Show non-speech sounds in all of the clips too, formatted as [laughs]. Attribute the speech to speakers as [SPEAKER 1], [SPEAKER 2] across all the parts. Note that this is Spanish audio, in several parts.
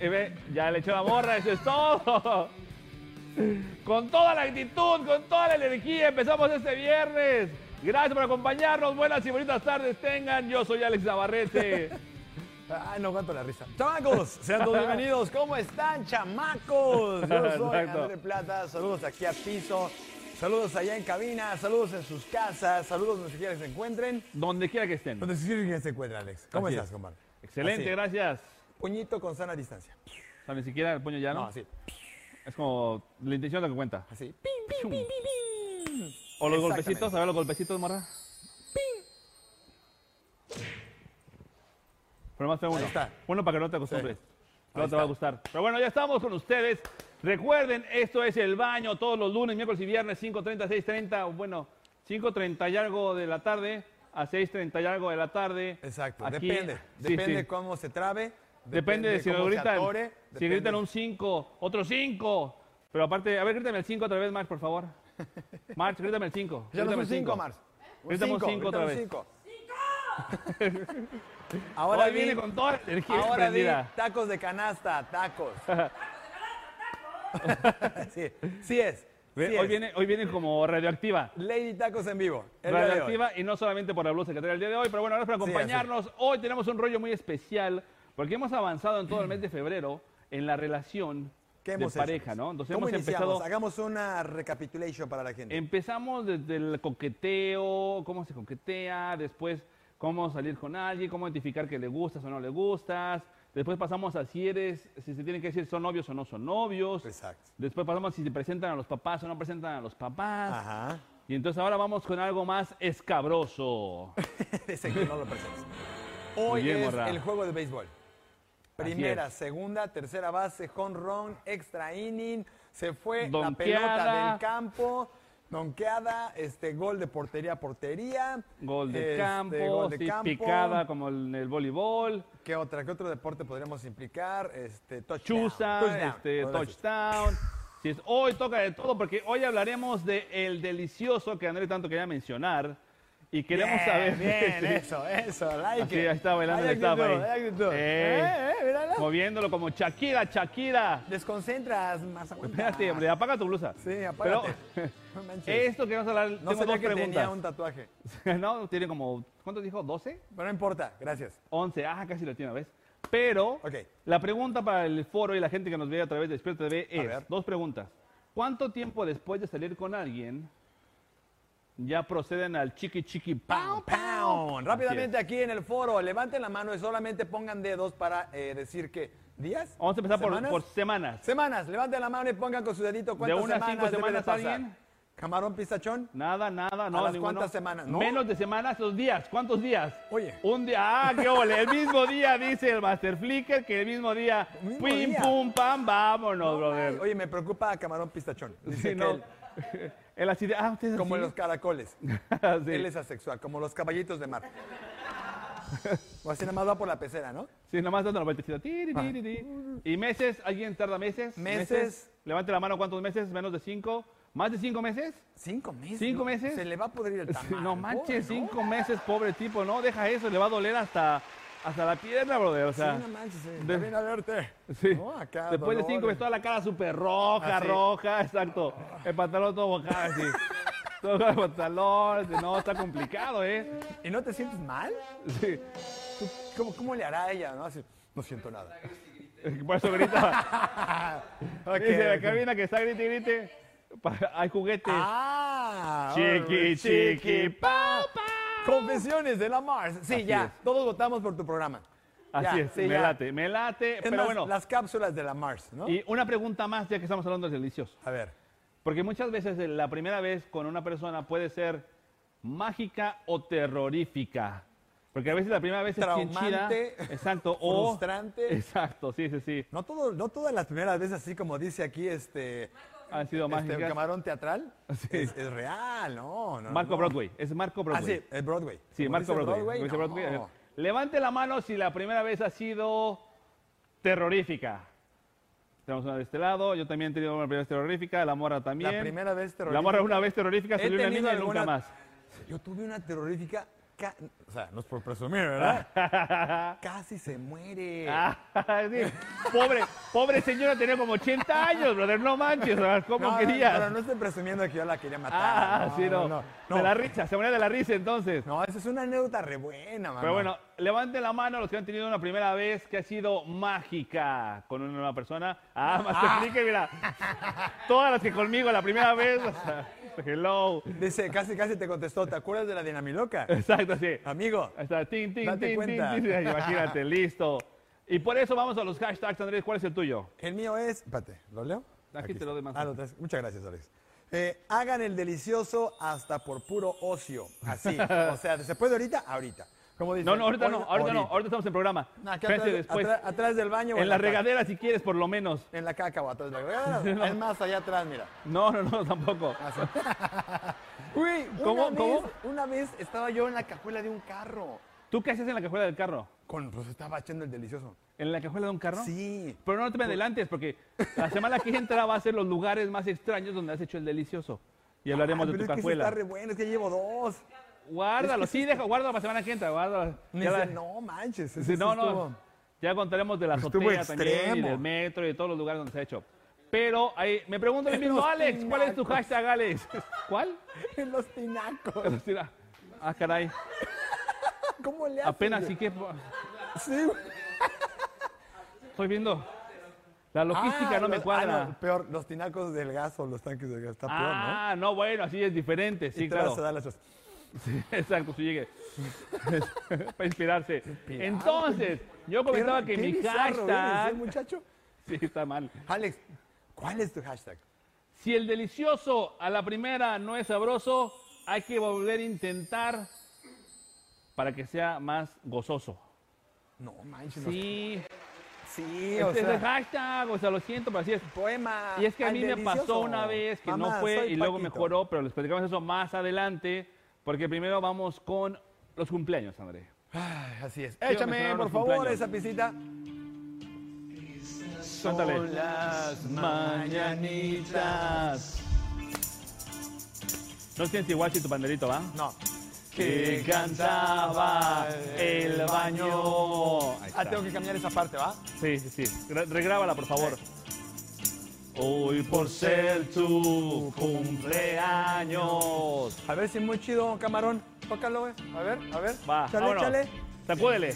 [SPEAKER 1] Y ve, ya le echó la morra, eso es todo. Con toda la actitud, con toda la energía, empezamos este viernes. Gracias por acompañarnos. Buenas y bonitas tardes tengan. Yo soy Alex Navarrete.
[SPEAKER 2] Ay, no aguanto la risa. Chamacos, sean todos bienvenidos. ¿Cómo están, chamacos?
[SPEAKER 1] [laughs]
[SPEAKER 2] Yo soy
[SPEAKER 1] Exacto.
[SPEAKER 2] André Plata. Saludos aquí a piso. Saludos allá en cabina. Saludos en sus casas. Saludos donde quiera que se encuentren.
[SPEAKER 1] Donde quiera que estén.
[SPEAKER 2] Donde quiera que se encuentren, Alex. ¿Cómo
[SPEAKER 1] Así
[SPEAKER 2] estás,
[SPEAKER 1] es.
[SPEAKER 2] compadre?
[SPEAKER 1] Excelente,
[SPEAKER 2] Así.
[SPEAKER 1] gracias.
[SPEAKER 2] Puñito con sana distancia.
[SPEAKER 1] O sea, ni siquiera el puño ya, ¿no?
[SPEAKER 2] No, así.
[SPEAKER 1] Es como la intención es lo que cuenta.
[SPEAKER 2] Así. Pim, pim, pim, pim, pim.
[SPEAKER 1] O los
[SPEAKER 2] Exactamente.
[SPEAKER 1] golpecitos, a ver los golpecitos, morra. Pero más fue uno.
[SPEAKER 2] está.
[SPEAKER 1] Uno para que no te acostumbres.
[SPEAKER 2] Sí.
[SPEAKER 1] No te
[SPEAKER 2] está.
[SPEAKER 1] va a gustar. Pero bueno, ya estamos con ustedes. Recuerden, esto es El Baño todos los lunes, miércoles y viernes, 5.30, 6.30, o bueno, 5.30 y algo de la tarde a 6.30 y algo de la tarde.
[SPEAKER 2] Exacto.
[SPEAKER 1] Aquí-
[SPEAKER 2] Depende.
[SPEAKER 1] sí,
[SPEAKER 2] Depende
[SPEAKER 1] sí.
[SPEAKER 2] cómo se trabe.
[SPEAKER 1] Depende de si lo
[SPEAKER 2] cómo se
[SPEAKER 1] gritan.
[SPEAKER 2] atore,
[SPEAKER 1] si
[SPEAKER 2] depende-
[SPEAKER 1] gritan un 5, otro 5. Pero aparte, a ver, grítame el 5 otra vez, March, por favor. March, grítame el 5.
[SPEAKER 2] Ya no
[SPEAKER 1] grítame
[SPEAKER 2] son
[SPEAKER 1] el
[SPEAKER 2] cinco,
[SPEAKER 1] cinco.
[SPEAKER 2] Mars. Un
[SPEAKER 1] Ahorita
[SPEAKER 2] cinco,
[SPEAKER 1] vamos cinco
[SPEAKER 2] ahorita
[SPEAKER 1] otra
[SPEAKER 2] un
[SPEAKER 1] vez. Ahora
[SPEAKER 2] cinco. Ahora vi-
[SPEAKER 1] viene con toda la energía
[SPEAKER 2] Ahora di
[SPEAKER 1] prendida.
[SPEAKER 2] tacos de canasta,
[SPEAKER 1] [laughs]
[SPEAKER 2] tacos. [laughs] sí, sí es.
[SPEAKER 1] Ve,
[SPEAKER 2] sí
[SPEAKER 1] hoy,
[SPEAKER 2] es.
[SPEAKER 1] viene, hoy viene como radioactiva.
[SPEAKER 2] Lady Tacos en vivo. el día de hoy.
[SPEAKER 1] Radioactiva y no solamente por la blusa que trae el día de hoy, pero bueno, gracias por
[SPEAKER 2] Sí, así.
[SPEAKER 1] acompañarnos. Hoy tenemos un rollo muy especial porque hemos avanzado en todo el mes de febrero en la relación
[SPEAKER 2] ¿Qué hemos
[SPEAKER 1] de
[SPEAKER 2] hecho?
[SPEAKER 1] pareja, ¿no? Entonces
[SPEAKER 2] ¿Cómo
[SPEAKER 1] hemos
[SPEAKER 2] iniciamos?
[SPEAKER 1] empezado...
[SPEAKER 2] Hagamos una recapitulation para la gente.
[SPEAKER 1] Empezamos desde el coqueteo, cómo se coquetea, después cómo salir con alguien, cómo identificar que le gustas o no le gustas. Después pasamos a si eres, si se tienen que decir son novios o no son novios.
[SPEAKER 2] Exacto.
[SPEAKER 1] Después pasamos si se presentan a los papás o no presentan a los papás.
[SPEAKER 2] Ajá.
[SPEAKER 1] Y entonces ahora vamos con algo más escabroso.
[SPEAKER 2] [laughs] Dice que no lo presentes.
[SPEAKER 1] Muy
[SPEAKER 2] Hoy
[SPEAKER 1] bien,
[SPEAKER 2] es
[SPEAKER 1] morra.
[SPEAKER 2] el juego de béisbol.
[SPEAKER 1] Así
[SPEAKER 2] Primera,
[SPEAKER 1] es.
[SPEAKER 2] segunda, tercera base, jonrón, extra inning, se fue la
[SPEAKER 1] Donkeada.
[SPEAKER 2] pelota del campo, donkeada, este gol de portería a portería,
[SPEAKER 1] Gol de
[SPEAKER 2] este,
[SPEAKER 1] campo,
[SPEAKER 2] gol de
[SPEAKER 1] sí,
[SPEAKER 2] campo.
[SPEAKER 1] picada como en el voleibol,
[SPEAKER 2] ¿Qué otra? ¿Qué otro deporte podríamos implicar? Este touchdown.
[SPEAKER 1] chuza,
[SPEAKER 2] touchdown.
[SPEAKER 1] este,
[SPEAKER 2] Ahora sí.
[SPEAKER 1] touchdown. Si es, hoy toca de todo porque hoy hablaremos de el delicioso que André tanto quería mencionar y queremos
[SPEAKER 2] Bien,
[SPEAKER 1] saber [laughs] este,
[SPEAKER 2] Bien,
[SPEAKER 1] Sí.
[SPEAKER 2] eso, eso, like
[SPEAKER 1] Así,
[SPEAKER 2] it.
[SPEAKER 1] ahí está bailando
[SPEAKER 2] Hay
[SPEAKER 1] el staff
[SPEAKER 2] actitud,
[SPEAKER 1] ahí.
[SPEAKER 2] hay actitud.
[SPEAKER 1] Eh.
[SPEAKER 2] Eh, eh, mírala.
[SPEAKER 1] moviéndolo como Shakira, Shakira.
[SPEAKER 2] Desconcentras más aguanta.
[SPEAKER 1] Espérate, hombre, apaga tu blusa.
[SPEAKER 2] Sí, apárate. [laughs]
[SPEAKER 1] Pero,
[SPEAKER 2] No manches.
[SPEAKER 1] esto que vamos a hablar,
[SPEAKER 2] no
[SPEAKER 1] tengo
[SPEAKER 2] sabía
[SPEAKER 1] dos
[SPEAKER 2] que
[SPEAKER 1] preguntas.
[SPEAKER 2] tenía un tatuaje.
[SPEAKER 1] [laughs] no, tiene como, ¿cuánto dijo? ¿12?
[SPEAKER 2] Pero no importa, gracias.
[SPEAKER 1] 11, ah, casi lo tiene, ¿ves? Pero
[SPEAKER 2] Ok.
[SPEAKER 1] la pregunta para el foro y la gente que nos ve a través de Despierta TV
[SPEAKER 2] A
[SPEAKER 1] es,
[SPEAKER 2] ver.
[SPEAKER 1] dos preguntas. ¿Cuánto tiempo después de salir con alguien ya proceden al chiqui chiqui pow
[SPEAKER 2] Pound, pound. Rápidamente aquí en el foro, levanten la mano y solamente pongan dedos para eh, decir que días.
[SPEAKER 1] Vamos a empezar por-
[SPEAKER 2] ¿Semanas?
[SPEAKER 1] por semanas.
[SPEAKER 2] Semanas, levanten la mano y pongan con su dedito cuántas
[SPEAKER 1] una a cinco
[SPEAKER 2] semanas debe
[SPEAKER 1] semanas,
[SPEAKER 2] de pasar.
[SPEAKER 1] ¿alguien?
[SPEAKER 2] Camarón pistachón.
[SPEAKER 1] Nada, nada, no.
[SPEAKER 2] las
[SPEAKER 1] ninguno.
[SPEAKER 2] cuántas semanas? ¿No?
[SPEAKER 1] Menos de semanas, dos días. ¿Cuántos días?
[SPEAKER 2] Oye.
[SPEAKER 1] Un día. Ah, qué ole. El mismo día dice el Master Flicker que el mismo día.
[SPEAKER 2] El mismo
[SPEAKER 1] pim,
[SPEAKER 2] día.
[SPEAKER 1] pum, pam, vámonos, brother.
[SPEAKER 2] Oye, me preocupa camarón
[SPEAKER 1] [laughs]
[SPEAKER 2] pistachón.
[SPEAKER 1] Sí,
[SPEAKER 2] Dice que
[SPEAKER 1] no.
[SPEAKER 2] él-
[SPEAKER 1] [laughs] El así de, ah, ustedes
[SPEAKER 2] como
[SPEAKER 1] así.
[SPEAKER 2] los caracoles.
[SPEAKER 1] Sí.
[SPEAKER 2] Él es asexual, como los caballitos de mar.
[SPEAKER 1] [laughs]
[SPEAKER 2] O así nada más va por la pecera, ¿no?
[SPEAKER 1] Sí, nomás dando la vueltecita. Tiri, tiri, tiri. ¿Y meses? ¿Alguien tarda meses?
[SPEAKER 2] Meses.
[SPEAKER 1] Levante la mano, ¿cuántos meses? ¿Menos de cinco? ¿Más de cinco meses?
[SPEAKER 2] Cinco meses.
[SPEAKER 1] ¿Cinco
[SPEAKER 2] ¿no?
[SPEAKER 1] meses?
[SPEAKER 2] Se le va a pudrir
[SPEAKER 1] [laughs]
[SPEAKER 2] el
[SPEAKER 1] Sí,
[SPEAKER 2] tamal.
[SPEAKER 1] No manches,
[SPEAKER 2] pobre, ¿no?
[SPEAKER 1] cinco meses, pobre tipo, no, deja eso, le va a doler hasta, hasta la pierna, brother. O
[SPEAKER 2] Sí,
[SPEAKER 1] sea,
[SPEAKER 2] no manches, eh,
[SPEAKER 1] de-
[SPEAKER 2] también a verte.
[SPEAKER 1] [laughs] Sí.
[SPEAKER 2] No, acá,
[SPEAKER 1] Después de cinco
[SPEAKER 2] dolores. Ah,
[SPEAKER 1] meses, toda la cara súper roja,
[SPEAKER 2] Así.
[SPEAKER 1] roja, exacto. El pantalón todo bocado,
[SPEAKER 2] [laughs]
[SPEAKER 1] así. todo el pantalón, así, no, está complicado, ¿eh?
[SPEAKER 2] ¿Y no te sientes mal?
[SPEAKER 1] Sí.
[SPEAKER 2] ¿Tú- ¿Cómo, cómo le hará a ella? No, Así, no siento nada.
[SPEAKER 1] Por eso grita.
[SPEAKER 2] [laughs] Ok,
[SPEAKER 1] Dice la
[SPEAKER 2] ok.
[SPEAKER 1] cabina que está grite, grite. Pa- Hay juguetes.
[SPEAKER 2] Ah,
[SPEAKER 1] Chiqui, chiqui,
[SPEAKER 2] pa, Confesiones de la Mars. Sí,
[SPEAKER 1] Así
[SPEAKER 2] ya.
[SPEAKER 1] es.
[SPEAKER 2] Todos votamos por tu programa.
[SPEAKER 1] Así
[SPEAKER 2] Ya,
[SPEAKER 1] es,
[SPEAKER 2] sí,
[SPEAKER 1] me
[SPEAKER 2] ya.
[SPEAKER 1] late, me late.
[SPEAKER 2] Es
[SPEAKER 1] pero
[SPEAKER 2] más,
[SPEAKER 1] bueno,
[SPEAKER 2] Las cápsulas de la Mars, ¿no?
[SPEAKER 1] y una pregunta más, ya que estamos hablando del delicioso.
[SPEAKER 2] A ver.
[SPEAKER 1] Porque muchas veces eh, la primera vez con una persona puede ser mágica o terrorífica. Porque a veces la primera vez es bien chida.
[SPEAKER 2] Traumante, [laughs]
[SPEAKER 1] Exacto. o-
[SPEAKER 2] frustrante.
[SPEAKER 1] Exacto, sí, sí, sí.
[SPEAKER 2] No, todo, no todas las primeras veces, así como dice aquí este,
[SPEAKER 1] Han sido
[SPEAKER 2] este
[SPEAKER 1] mágicas.
[SPEAKER 2] camarón teatral,
[SPEAKER 1] Sí.
[SPEAKER 2] es, es real, no, no.
[SPEAKER 1] Marco
[SPEAKER 2] no.
[SPEAKER 1] Broadway, es Marco
[SPEAKER 2] Ah,
[SPEAKER 1] Broadway.
[SPEAKER 2] sí, es Broadway.
[SPEAKER 1] Sí,
[SPEAKER 2] Como
[SPEAKER 1] Marco
[SPEAKER 2] dice
[SPEAKER 1] Broadway. como dice
[SPEAKER 2] no.
[SPEAKER 1] Broadway, eh. a ver, Levante la mano si la primera vez ha sido terrorífica. Tenemos una de este lado, yo también he tenido una primera vez terrorífica, la morra también.
[SPEAKER 2] primera vez
[SPEAKER 1] La morra
[SPEAKER 2] terrorífica.
[SPEAKER 1] una vez terrorífica,
[SPEAKER 2] He
[SPEAKER 1] salió una
[SPEAKER 2] tenido
[SPEAKER 1] niña y
[SPEAKER 2] alguna-
[SPEAKER 1] nunca más.
[SPEAKER 2] Yo tuve una terrorífica ca- o sea, no es por presumir, ¿verdad?
[SPEAKER 1] [laughs]
[SPEAKER 2] Casi se muere.
[SPEAKER 1] [laughs] Ah, sí. Pobre, pobre señora tenía como 80 años, brother, no manches, o sea, ¿cómo
[SPEAKER 2] no,
[SPEAKER 1] querías?
[SPEAKER 2] No, pero no estoy presumiendo de que yo la quería matar.
[SPEAKER 1] ah,
[SPEAKER 2] no,
[SPEAKER 1] sí, no.
[SPEAKER 2] No, no,
[SPEAKER 1] De
[SPEAKER 2] No,
[SPEAKER 1] la risa, se moría de la risa entonces.
[SPEAKER 2] no, esa es una anécdota re buena, mano.
[SPEAKER 1] Pero bueno, levanten la mano los que han tenido una primera vez que ha sido mágica con una nueva persona. Ah, [laughs] más te explique, mira. Todas las que conmigo la primera vez. o sea, hello.
[SPEAKER 2] Dice, casi, casi te contestó, ¿te acuerdas de la dinamiloca?
[SPEAKER 1] Exacto, sí.
[SPEAKER 2] Amigo,
[SPEAKER 1] Ahí está, tin, tin,
[SPEAKER 2] Ah. Date
[SPEAKER 1] tin, tin,
[SPEAKER 2] cuenta.
[SPEAKER 1] tin, tin. Imagínate, listo. Y por eso vamos a los hashtags, Andrés. ¿Cuál es el tuyo?
[SPEAKER 2] el mío es... Espérate, ¿lo leo?
[SPEAKER 1] Aquí te lo doy más
[SPEAKER 2] Ah, lo traes. Muchas gracias, Alex. Eh, hagan el delicioso hasta por puro ocio.
[SPEAKER 1] [laughs]
[SPEAKER 2] Así, o sea, ¿se puede ahorita? Ahorita. Como dice,
[SPEAKER 1] No, no, ahorita no, ahorita, no. Ahorita estamos en programa.
[SPEAKER 2] No, aquí
[SPEAKER 1] Espérense
[SPEAKER 2] atrás,
[SPEAKER 1] después.
[SPEAKER 2] atrás- atrás del baño. o
[SPEAKER 1] en la
[SPEAKER 2] taza.
[SPEAKER 1] regadera, si quieres, por lo menos.
[SPEAKER 2] En la caca o atrás de la
[SPEAKER 1] [laughs]
[SPEAKER 2] regadera. Es más, allá atrás, mira.
[SPEAKER 1] No, no, [laughs] no, tampoco.
[SPEAKER 2] Así. Uy,
[SPEAKER 1] ¿Cómo?
[SPEAKER 2] Una
[SPEAKER 1] ¿Cómo?
[SPEAKER 2] Vez, una vez estaba yo en la cajuela de un carro.
[SPEAKER 1] ¿Tú qué haces en la cajuela del carro?
[SPEAKER 2] Con, pues estaba echando el delicioso.
[SPEAKER 1] ¿En la cajuela de un carro?
[SPEAKER 2] Sí.
[SPEAKER 1] Pero no te me adelantes, porque la semana que entra va a ser los lugares más extraños donde has hecho el delicioso. Y hablaremos
[SPEAKER 2] Ah,
[SPEAKER 1] de
[SPEAKER 2] pero
[SPEAKER 1] tu
[SPEAKER 2] es que ese
[SPEAKER 1] cajuela.
[SPEAKER 2] Está re bueno, es que llevo dos.
[SPEAKER 1] Guárdalo, sí, deja, guárdalo para la semana que entra, guárdalo.
[SPEAKER 2] Me
[SPEAKER 1] Ya la- [laughs]
[SPEAKER 2] dice, no manches. ese
[SPEAKER 1] Sí,
[SPEAKER 2] sí
[SPEAKER 1] no, no.
[SPEAKER 2] estuvo".
[SPEAKER 1] Ya contaremos de la
[SPEAKER 2] Estuvo
[SPEAKER 1] azotea también y
[SPEAKER 2] extremo.
[SPEAKER 1] del metro y de todos los lugares donde se ha hecho. Pero ahí, me pregunto a mí
[SPEAKER 2] En
[SPEAKER 1] mismo,
[SPEAKER 2] los
[SPEAKER 1] Alex, ¿cuál es tu
[SPEAKER 2] tinacos.
[SPEAKER 1] hashtag, Alex?
[SPEAKER 2] [laughs]
[SPEAKER 1] ¿Cuál?
[SPEAKER 2] En los tinacos.
[SPEAKER 1] Ah, caray.
[SPEAKER 2] ¿Cómo le haces?
[SPEAKER 1] Apenas
[SPEAKER 2] güey?
[SPEAKER 1] sí que
[SPEAKER 2] Sí, güey.
[SPEAKER 1] estoy viendo. La logística
[SPEAKER 2] Ah,
[SPEAKER 1] no me
[SPEAKER 2] los-
[SPEAKER 1] cuadra.
[SPEAKER 2] ah, no, peor, los tinacos del gas o los tanques del gas. Está peor, ¿no?
[SPEAKER 1] Ah, no, bueno, así es diferente, sí,
[SPEAKER 2] Y te vas
[SPEAKER 1] claro.
[SPEAKER 2] a dar las dos.
[SPEAKER 1] Sí, [laughs] exacto, si llegue. Para inspirarse. Entonces, yo comentaba que
[SPEAKER 2] Qué
[SPEAKER 1] mi
[SPEAKER 2] bizarro eres, ¿eh,
[SPEAKER 1] hashtag.
[SPEAKER 2] muchacho?
[SPEAKER 1] Sí, está mal.
[SPEAKER 2] Alex, ¿cuál es tu hashtag?
[SPEAKER 1] Si el delicioso a la primera no es sabroso, hay que volver a intentar para que sea más gozoso.
[SPEAKER 2] No manches. no-
[SPEAKER 1] Sí,
[SPEAKER 2] sí,
[SPEAKER 1] este
[SPEAKER 2] o
[SPEAKER 1] es el
[SPEAKER 2] sea,
[SPEAKER 1] hashtag, o sea, lo siento, pero así es.
[SPEAKER 2] poema.
[SPEAKER 1] Y es que a
[SPEAKER 2] al
[SPEAKER 1] mí me pasó
[SPEAKER 2] delicioso.
[SPEAKER 1] una vez que no
[SPEAKER 2] Mamá,
[SPEAKER 1] fue
[SPEAKER 2] soy
[SPEAKER 1] y luego
[SPEAKER 2] Paquito.
[SPEAKER 1] mejoró, pero les platicamos eso más adelante, porque primero vamos con los cumpleaños, André.
[SPEAKER 2] Ay, así es.
[SPEAKER 1] Quiero
[SPEAKER 2] Échame,
[SPEAKER 1] mencionar
[SPEAKER 2] por
[SPEAKER 1] los
[SPEAKER 2] favor,
[SPEAKER 1] cumpleaños.
[SPEAKER 2] esa pisita.
[SPEAKER 1] Cántale.
[SPEAKER 2] Son las mañanitas.
[SPEAKER 1] No tienes igual si tu panderito, ¿va?
[SPEAKER 2] No.
[SPEAKER 1] Que cantaba el baño. Ahí
[SPEAKER 2] Ah,
[SPEAKER 1] está.
[SPEAKER 2] tengo que cambiar esa parte, ¿va?
[SPEAKER 1] Sí, sí, sí. Gra- Regrábala, por favor. Hoy por ser tu cumpleaños.
[SPEAKER 2] A ver si es muy chido, camarón. Tócalo, güey. A ver, a ver.
[SPEAKER 1] Va,
[SPEAKER 2] chale,
[SPEAKER 1] vámonos.
[SPEAKER 2] chale. [laughs]
[SPEAKER 1] Sacúdele.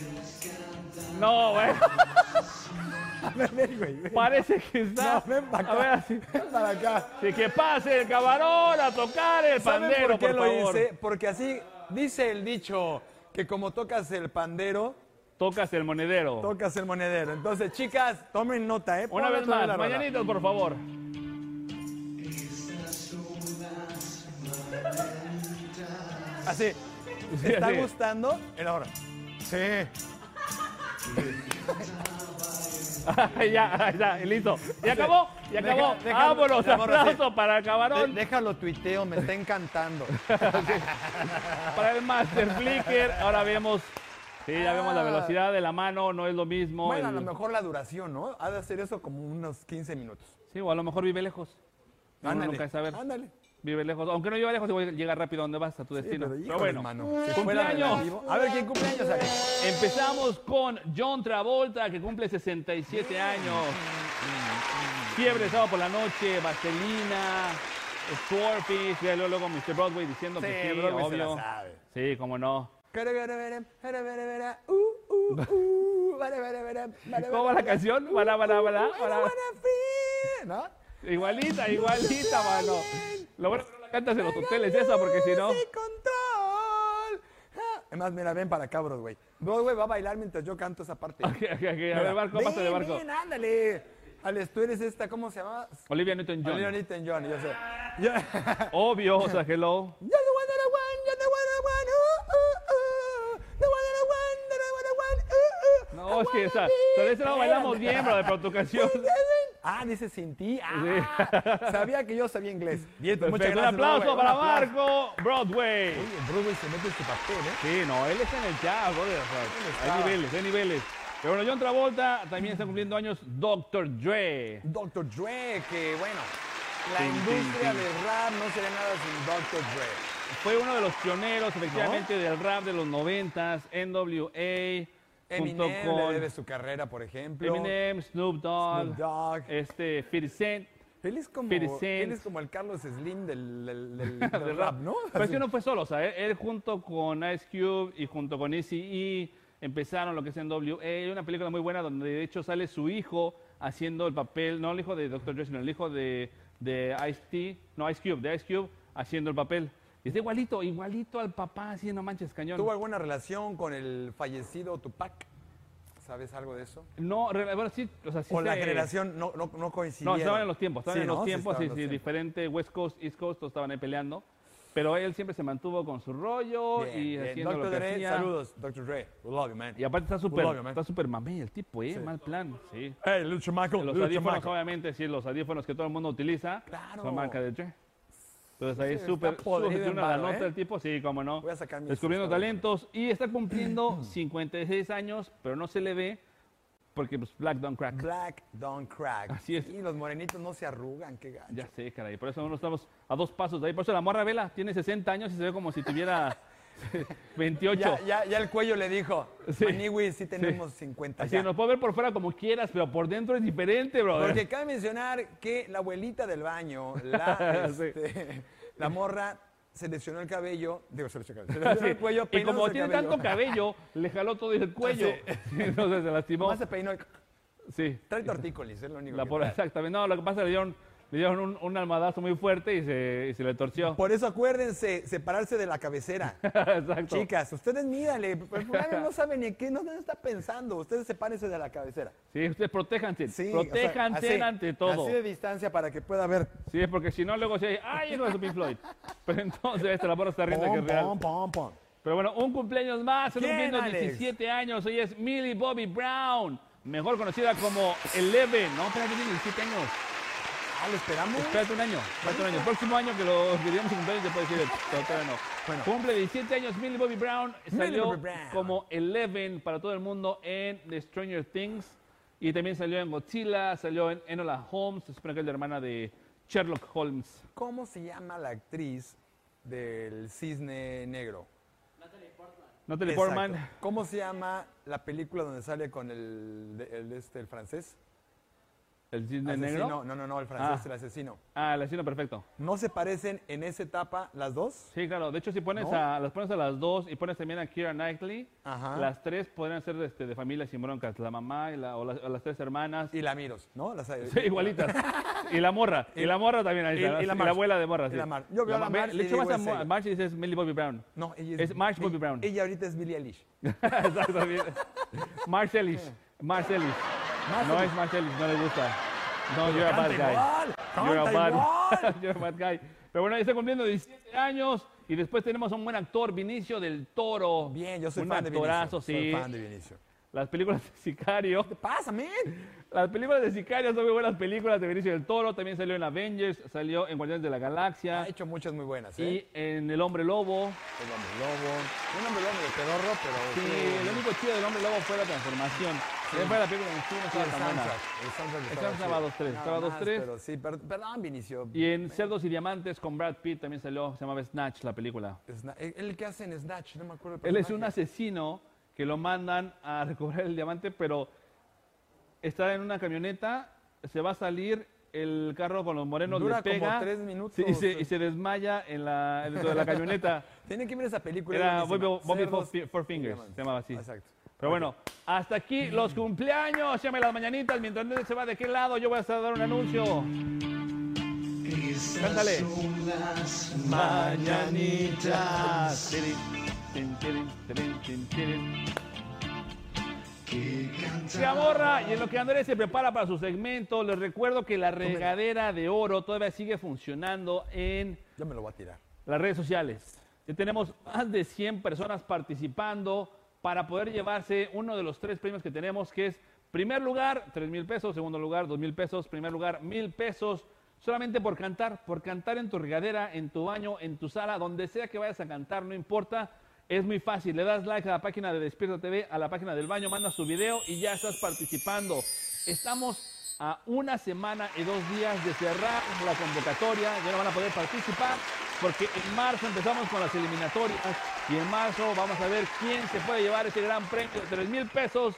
[SPEAKER 1] No, güey.
[SPEAKER 2] A ver, ven, güey. ven.
[SPEAKER 1] Parece que está.
[SPEAKER 2] No, ven para acá.
[SPEAKER 1] A ver, así.
[SPEAKER 2] Ven para acá.
[SPEAKER 1] Sí, que pase el camarón a tocar el
[SPEAKER 2] ¿Saben
[SPEAKER 1] pandero,
[SPEAKER 2] por qué
[SPEAKER 1] por,
[SPEAKER 2] lo
[SPEAKER 1] favor.
[SPEAKER 2] hice? Porque así dice el dicho que como tocas el pandero,
[SPEAKER 1] Tocas el monedero.
[SPEAKER 2] tocas el monedero. Entonces, chicas, tomen nota, ¿eh?
[SPEAKER 1] Una
[SPEAKER 2] Ponle
[SPEAKER 1] vez
[SPEAKER 2] otra
[SPEAKER 1] más,
[SPEAKER 2] la rola.
[SPEAKER 1] mañanitos, por favor.
[SPEAKER 2] Así.
[SPEAKER 1] Sí,
[SPEAKER 2] ¿Te está
[SPEAKER 1] así.
[SPEAKER 2] gustando? El ahora. Sí.
[SPEAKER 1] [laughs] ya, ya, listo. Ya acabó, ya
[SPEAKER 2] Deja-
[SPEAKER 1] acabó.
[SPEAKER 2] deja-
[SPEAKER 1] Vámonos,
[SPEAKER 2] la morra, sí.
[SPEAKER 1] aplauso para el
[SPEAKER 2] De-
[SPEAKER 1] camarón,
[SPEAKER 2] déjalo tuiteo, me está encantando.
[SPEAKER 1] para el Master Flicker. Ahora vemos, sí, ya vemos la
[SPEAKER 2] Ah.
[SPEAKER 1] velocidad de la mano, no es lo mismo.
[SPEAKER 2] Bueno, a
[SPEAKER 1] el-
[SPEAKER 2] lo mejor la duración, ¿no? Ha de hacer eso como unos 15 minutos.
[SPEAKER 1] Sí, o a lo mejor vive lejos. Uno
[SPEAKER 2] Ándale.
[SPEAKER 1] nunca sabe.
[SPEAKER 2] Ándale.
[SPEAKER 1] Vive lejos. Aunque no viva lejos, igual llega rápido a donde vas, a tu
[SPEAKER 2] Sí,
[SPEAKER 1] destino.
[SPEAKER 2] pero
[SPEAKER 1] Pero
[SPEAKER 2] híjole,
[SPEAKER 1] bueno,
[SPEAKER 2] mano, si fuera
[SPEAKER 1] cumpleaños.
[SPEAKER 2] relativo- A ver, ¿quién cumpleaños aquí?
[SPEAKER 1] Empezamos con John Travolta, que cumple 67 años. Fiebre sábado por la noche, Vaselina, Scorpies, y luego, luego Mr. Broadway diciendo que sí,
[SPEAKER 2] Broadway se la
[SPEAKER 1] obvio.
[SPEAKER 2] sabe.
[SPEAKER 1] Sí, cómo no.
[SPEAKER 2] Carabarabarem, carabarabarem, uh, uh, uh, barabarabarem,
[SPEAKER 1] ¿Cómo va la
[SPEAKER 2] barabarabarem,
[SPEAKER 1] canción? Bala, bala, bala,
[SPEAKER 2] I
[SPEAKER 1] bala.
[SPEAKER 2] wanna feel, ¿no?
[SPEAKER 1] Igualita, igualita, mano. Lo bueno es que no la cantas en los hoteles esa, porque si no... [laughs]
[SPEAKER 2] Music control. Ah, Es más, mira, ven para acá, Broadway. Broadway va a bailar mientras yo canto esa parte.
[SPEAKER 1] Ok, ok, ok, A
[SPEAKER 2] Mira,
[SPEAKER 1] ver, barco, pasa de
[SPEAKER 2] ven,
[SPEAKER 1] barco.
[SPEAKER 2] ven, ándale. Alex, tú eres esta, ¿cómo se llama?
[SPEAKER 1] Olivia Newton-John.
[SPEAKER 2] Olivia Newton-John, yo [laughs] sé. Ya-
[SPEAKER 1] Obvio, o sea, hello.
[SPEAKER 2] You're the one that I want, you're the one that I want, uh, ooh, ooh, ooh. The one that I want, that I want, I want, uh, ooh, oooo.
[SPEAKER 1] No, es que esa, pero esa no bailamos bien, bro, pero tu canción.
[SPEAKER 2] Ah, dice sin ti. Ah, Sabía que yo sabía inglés. Bien, muchas
[SPEAKER 1] Perfecto, un
[SPEAKER 2] gracias,
[SPEAKER 1] aplauso
[SPEAKER 2] Broadway,
[SPEAKER 1] para
[SPEAKER 2] un aplauso.
[SPEAKER 1] Marco Broadway. este
[SPEAKER 2] Oye, Broadway se mete en su papel, ¿eh?
[SPEAKER 1] Sí, no, él está en el chat, brother. o sea,
[SPEAKER 2] está.
[SPEAKER 1] hay niveles, hay niveles. Pero bueno, John Travolta también está cumpliendo años Dr. Dre.
[SPEAKER 2] Dr. Dre, que bueno, la
[SPEAKER 1] Tin, tin,
[SPEAKER 2] industria
[SPEAKER 1] tin.
[SPEAKER 2] del rap no sería nada sin Dr. Dre.
[SPEAKER 1] Fue uno de los pioneros, efectivamente, del rap de los noventas, NWA, junto
[SPEAKER 2] Eminem le
[SPEAKER 1] con
[SPEAKER 2] debe su carrera, por ejemplo.
[SPEAKER 1] Eminem, Snoop Dogg,
[SPEAKER 2] Snoop Dogg.
[SPEAKER 1] este, 50 Cent.
[SPEAKER 2] Él es como,
[SPEAKER 1] 50 Cent.
[SPEAKER 2] él es como el Carlos Slim del,
[SPEAKER 1] [laughs]
[SPEAKER 2] del- del- del
[SPEAKER 1] del
[SPEAKER 2] rap, ¿no?
[SPEAKER 1] Pero es
[SPEAKER 2] Así.
[SPEAKER 1] que no fue solo, o sea, él, él junto con Ice Cube y junto con Eazy-E empezaron lo que es NWA. Hay una película muy buena donde de hecho sale su hijo haciendo el papel, no el hijo de Dr. Dre, sino el hijo de, de Ice-T, no Ice Cube, de Ice Cube haciendo el papel. Y está igualito, igualito al papá, así no manches cañón.
[SPEAKER 2] ¿Tuvo alguna relación con el fallecido Tupac? ¿Sabes algo de eso?
[SPEAKER 1] No, re- bueno, sí, o sea, sí
[SPEAKER 2] o la
[SPEAKER 1] se-
[SPEAKER 2] generación no, no, no
[SPEAKER 1] No,
[SPEAKER 2] coincidieron.
[SPEAKER 1] estaban en los tiempos, estaban
[SPEAKER 2] Sí,
[SPEAKER 1] en
[SPEAKER 2] ¿no?
[SPEAKER 1] los
[SPEAKER 2] Sí,
[SPEAKER 1] tiempos, sí,
[SPEAKER 2] estaban
[SPEAKER 1] sí,
[SPEAKER 2] en los tiempos.
[SPEAKER 1] diferente, West Coast, East Coast, todos estaban ahí peleando. Pero él siempre se mantuvo con su rollo
[SPEAKER 2] Bien,
[SPEAKER 1] y
[SPEAKER 2] bien.
[SPEAKER 1] haciendo
[SPEAKER 2] Dr.
[SPEAKER 1] lo que
[SPEAKER 2] Dre,
[SPEAKER 1] hacía.
[SPEAKER 2] saludos, Dr. Dre. We love you, man.
[SPEAKER 1] Y aparte está súper
[SPEAKER 2] Obvio, man.
[SPEAKER 1] está súper mamey el tipo, ¿eh? Mal plan, sí.
[SPEAKER 2] Hey, Lucho Michael,
[SPEAKER 1] Los
[SPEAKER 2] Lucho
[SPEAKER 1] audífonos,
[SPEAKER 2] Michael.
[SPEAKER 1] obviamente, sí, los audífonos que todo el mundo utiliza
[SPEAKER 2] Claro.
[SPEAKER 1] son marca de Dre. Entonces ahí
[SPEAKER 2] Sí,
[SPEAKER 1] súper,
[SPEAKER 2] está podrido
[SPEAKER 1] súper
[SPEAKER 2] en
[SPEAKER 1] tiene una
[SPEAKER 2] varo,
[SPEAKER 1] nota
[SPEAKER 2] ¿eh?
[SPEAKER 1] el tipo, sí, cómo no.
[SPEAKER 2] Voy a sacar mis
[SPEAKER 1] Descubriendo
[SPEAKER 2] historias.
[SPEAKER 1] talentos y está
[SPEAKER 2] [clears throat]
[SPEAKER 1] cumpliendo 56 años, pero no se le ve porque pues Black Don't Crack.
[SPEAKER 2] Black Don't Crack.
[SPEAKER 1] Así es.
[SPEAKER 2] Y los morenitos no se arrugan, qué gacho.
[SPEAKER 1] Ya sé, caray. Por eso no estamos a dos pasos de ahí. Por eso la morra Vela tiene 60 años y se ve como si
[SPEAKER 2] [laughs]
[SPEAKER 1] tuviera 28.
[SPEAKER 2] Ya, ya, ya el cuello le dijo,
[SPEAKER 1] Sí.
[SPEAKER 2] Maniwi, sí tenemos 50
[SPEAKER 1] Así
[SPEAKER 2] ya.
[SPEAKER 1] nos puede ver por fuera como quieras, pero por dentro es diferente, bro.
[SPEAKER 2] Porque cabe mencionar que la abuelita del baño, la,
[SPEAKER 1] [laughs] Sí.
[SPEAKER 2] este, la morra, se lesionó el cabello, digo, se lesionó el, cabello, se lesionó el cuello,
[SPEAKER 1] y como
[SPEAKER 2] peinándose el
[SPEAKER 1] tiene
[SPEAKER 2] cabello.
[SPEAKER 1] tanto
[SPEAKER 2] [laughs]
[SPEAKER 1] cabello, le jaló todo el cuello. [laughs] Entonces se lastimó.
[SPEAKER 2] Nomás se peinó, el-
[SPEAKER 1] Sí.
[SPEAKER 2] trae tortícolis, es lo único
[SPEAKER 1] La
[SPEAKER 2] que
[SPEAKER 1] por-
[SPEAKER 2] trae.
[SPEAKER 1] exactamente. No, lo que pasa es que le dieron, le dieron un, un almadazo muy fuerte y se, y se le torció.
[SPEAKER 2] Por eso acuérdense, separarse de la cabecera.
[SPEAKER 1] [laughs] Exacto.
[SPEAKER 2] Chicas, ustedes míranle, el fulano no sabe ni qué, no no está pensando, ustedes sepárense de la cabecera.
[SPEAKER 1] Sí, ustedes protéjanse.
[SPEAKER 2] Sí, o sea,
[SPEAKER 1] protéjanse
[SPEAKER 2] así,
[SPEAKER 1] ante todo.
[SPEAKER 2] Así de distancia para que pueda ver.
[SPEAKER 1] Sí, es porque si no, luego se dice, ¡ay, no es un Pink
[SPEAKER 2] [laughs]
[SPEAKER 1] Floyd! Pero entonces, esta la porra está riendo que es
[SPEAKER 2] Pom,
[SPEAKER 1] real.
[SPEAKER 2] pom, pom, pom.
[SPEAKER 1] Pero bueno, un cumpleaños más, se está
[SPEAKER 2] ¿Quién,
[SPEAKER 1] cumpliendo
[SPEAKER 2] Alex?
[SPEAKER 1] 17 años. Hoy es Millie Bobby Brown, mejor conocida como Eleven. No, espérate, tiene 17 años.
[SPEAKER 2] Ah, lo esperamos.
[SPEAKER 1] Espérate un año, espérate un año. El próximo año que lo que digamos su cumpleaños te puedo decir, pero todavía no.
[SPEAKER 2] Bueno.
[SPEAKER 1] Cumple 17 años Millie Bobby Brown, salió
[SPEAKER 2] Bobby Brown.
[SPEAKER 1] como Eleven para todo el mundo en The Stranger Things y también salió en Godzilla, salió en Enola Holmes, se supone que es la hermana de Sherlock Holmes.
[SPEAKER 2] ¿Cómo se llama la actriz del Cisne Negro?
[SPEAKER 1] No te le forman.
[SPEAKER 2] Exacto. ¿Cómo se llama la película donde sale con el, de- el, este, el francés?
[SPEAKER 1] ¿El cisne
[SPEAKER 2] Asesino.
[SPEAKER 1] negro?
[SPEAKER 2] No, no, no, el francés,
[SPEAKER 1] Ah.
[SPEAKER 2] el asesino.
[SPEAKER 1] Ah, el asesino perfecto.
[SPEAKER 2] ¿No se parecen en esa etapa las dos?
[SPEAKER 1] Sí, claro. De hecho, si pones
[SPEAKER 2] ¿No?
[SPEAKER 1] a, las pones a las dos y pones también a Kira Knightley,
[SPEAKER 2] Ajá.
[SPEAKER 1] las tres podrían ser este, de familia sin broncas. La mamá y la- o, las- o las tres hermanas.
[SPEAKER 2] Y la miros, ¿no? Las,
[SPEAKER 1] Sí, igualitas.
[SPEAKER 2] [laughs]
[SPEAKER 1] y la morra. Y, la morra también. Ahí
[SPEAKER 2] y-
[SPEAKER 1] está,
[SPEAKER 2] y la
[SPEAKER 1] y
[SPEAKER 2] Marge.
[SPEAKER 1] la abuela de morra.
[SPEAKER 2] Y
[SPEAKER 1] sí.
[SPEAKER 2] la Marge. Yo veo a la
[SPEAKER 1] ma-
[SPEAKER 2] Marge y
[SPEAKER 1] Le hecho, vas
[SPEAKER 2] digo,
[SPEAKER 1] a
[SPEAKER 2] es
[SPEAKER 1] Mo-
[SPEAKER 2] ella.
[SPEAKER 1] a Marge y dices Millie Bobby Brown. [laughs]
[SPEAKER 2] No, ella es...
[SPEAKER 1] Es Marge Bobby Brown.
[SPEAKER 2] Ella ahorita es Billie Eilish.
[SPEAKER 1] Exacto, bien. Marcelis. Marcelis. No es Marcelis, no le gusta. No, you're a bad
[SPEAKER 2] Canta
[SPEAKER 1] guy.
[SPEAKER 2] igual,
[SPEAKER 1] You're a
[SPEAKER 2] canta igual.
[SPEAKER 1] bad, [laughs] you're a bad guy. Pero bueno, ahí está cumpliendo 17 años. Y después tenemos a un buen actor, Vinicio del Toro.
[SPEAKER 2] Bien, yo soy
[SPEAKER 1] un
[SPEAKER 2] fan de
[SPEAKER 1] actorazo,
[SPEAKER 2] Vinicio. Soy
[SPEAKER 1] sí.
[SPEAKER 2] fan de Vinicio.
[SPEAKER 1] Las películas de Sicario.
[SPEAKER 2] Pásame.
[SPEAKER 1] Las películas de Sicario son muy buenas películas de Vinicio del Toro. También salió en Avengers, salió en Guardianes de la Galaxia.
[SPEAKER 2] Ha hecho muchas muy buenas, ¿eh?
[SPEAKER 1] Y en El Hombre Lobo.
[SPEAKER 2] El hombre lobo. Un hombre lobo de pedorro, pero...
[SPEAKER 1] Sí, lo único chido del Hombre Lobo fue la transformación. Después de la película en sí no
[SPEAKER 2] Y
[SPEAKER 1] estaba
[SPEAKER 2] el
[SPEAKER 1] tan buena.
[SPEAKER 2] soundtrack, el soundtrack
[SPEAKER 1] El
[SPEAKER 2] estaba
[SPEAKER 1] soundtrack
[SPEAKER 2] chido.
[SPEAKER 1] estaba 2-3, estaba
[SPEAKER 2] Nada más,
[SPEAKER 1] 2-3.
[SPEAKER 2] Pero sí, per- perdón, Vinicio.
[SPEAKER 1] Y en Cerdos y Diamantes con Brad Pitt también salió, se llamaba Snatch la película.
[SPEAKER 2] Sna- el- el que hace en Snatch, no me acuerdo. el
[SPEAKER 1] Él es un
[SPEAKER 2] personaje.
[SPEAKER 1] asesino que lo mandan a [laughs] recobrar el diamante, pero está en una camioneta, se va a salir, el carro con los morenos
[SPEAKER 2] Dura
[SPEAKER 1] le
[SPEAKER 2] como
[SPEAKER 1] pega
[SPEAKER 2] tres minutos.
[SPEAKER 1] sí, y, se, y se desmaya en la, dentro de la camioneta.
[SPEAKER 2] Tienen que ver esa película.
[SPEAKER 1] Era
[SPEAKER 2] es buenísima.
[SPEAKER 1] Bobby- Bobby
[SPEAKER 2] Cerdos
[SPEAKER 1] Four- Four Fingers,
[SPEAKER 2] y Diamantes.
[SPEAKER 1] se llamaba así.
[SPEAKER 2] Exacto.
[SPEAKER 1] Pero bueno, hasta aquí los cumpleaños. Llame las mañanitas. Mientras Ned se va de qué lado, yo voy a hacer dar un anuncio. Cántale. mañanitas. Se amorra y en lo que Andrés se prepara para su segmento, les recuerdo que la regadera de oro todavía sigue funcionando en
[SPEAKER 2] Yo me lo voy a tirar.
[SPEAKER 1] las redes sociales. Ya tenemos más de 100 personas participando para poder llevarse uno de los tres premios que tenemos, que es primer lugar, 3 mil pesos, segundo lugar, 2 mil pesos, primer lugar, mil pesos, solamente por cantar, por cantar en tu regadera, en tu baño, en tu sala, donde sea que vayas a cantar, no importa. Es muy fácil, le das like a la página de Despierta TV, a la página del baño, mandas tu video y ya estás participando. Estamos a una semana y dos días de cerrar la convocatoria, ya no van a poder participar. porque en marzo empezamos con las eliminatorias y en marzo vamos a ver quién se puede llevar ese gran premio de 3 mil pesos,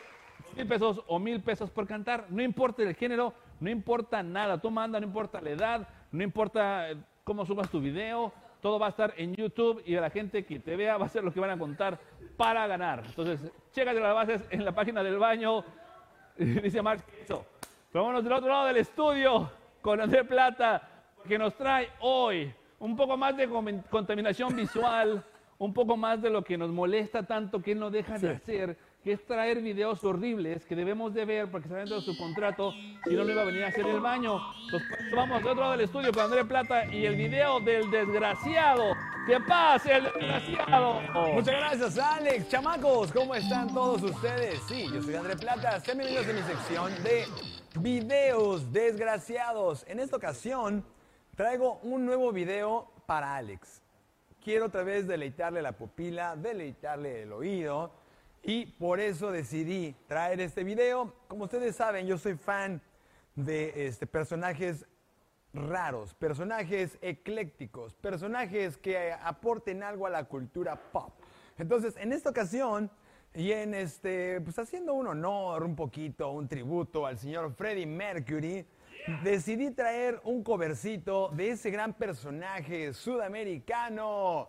[SPEAKER 1] mil pesos o mil pesos por cantar. No importa el género, no importa nada. Tú manda, no importa la edad, no importa eh, cómo subas tu video. Todo va a estar en YouTube y la gente que te vea va a ser lo que van a contar para ganar. Entonces, chécate las bases en la página del baño. [laughs] Dice Marx que hizo. Pero vámonos del otro lado del estudio con André Plata, que nos trae hoy un poco más de comen- contaminación visual, un poco más de lo que nos molesta tanto que él no deja de hacer, que es traer videos horribles que debemos de ver porque está dentro de su contrato y no lo iba a venir a hacer en el baño. Entonces, pues, vamos del otro lado del estudio con André Plata y el video del desgraciado. ¡Que pase el desgraciado!
[SPEAKER 2] Muchas gracias, Alex. Chamacos, ¿cómo están todos ustedes? Sí, yo soy André Plata. Sean bienvenidos a mi sección de videos desgraciados. En esta ocasión traigo un nuevo video para Alex. Quiero otra vez deleitarle la pupila, deleitarle el oído y por eso decidí traer este video. Como ustedes saben, yo soy fan de este, personajes raros, personajes eclécticos, personajes que eh, aporten algo a la cultura pop. Entonces, en esta ocasión, y en este, pues haciendo un honor, un poquito, un tributo al señor Freddie Mercury, decidí traer un covercito de ese gran personaje sudamericano.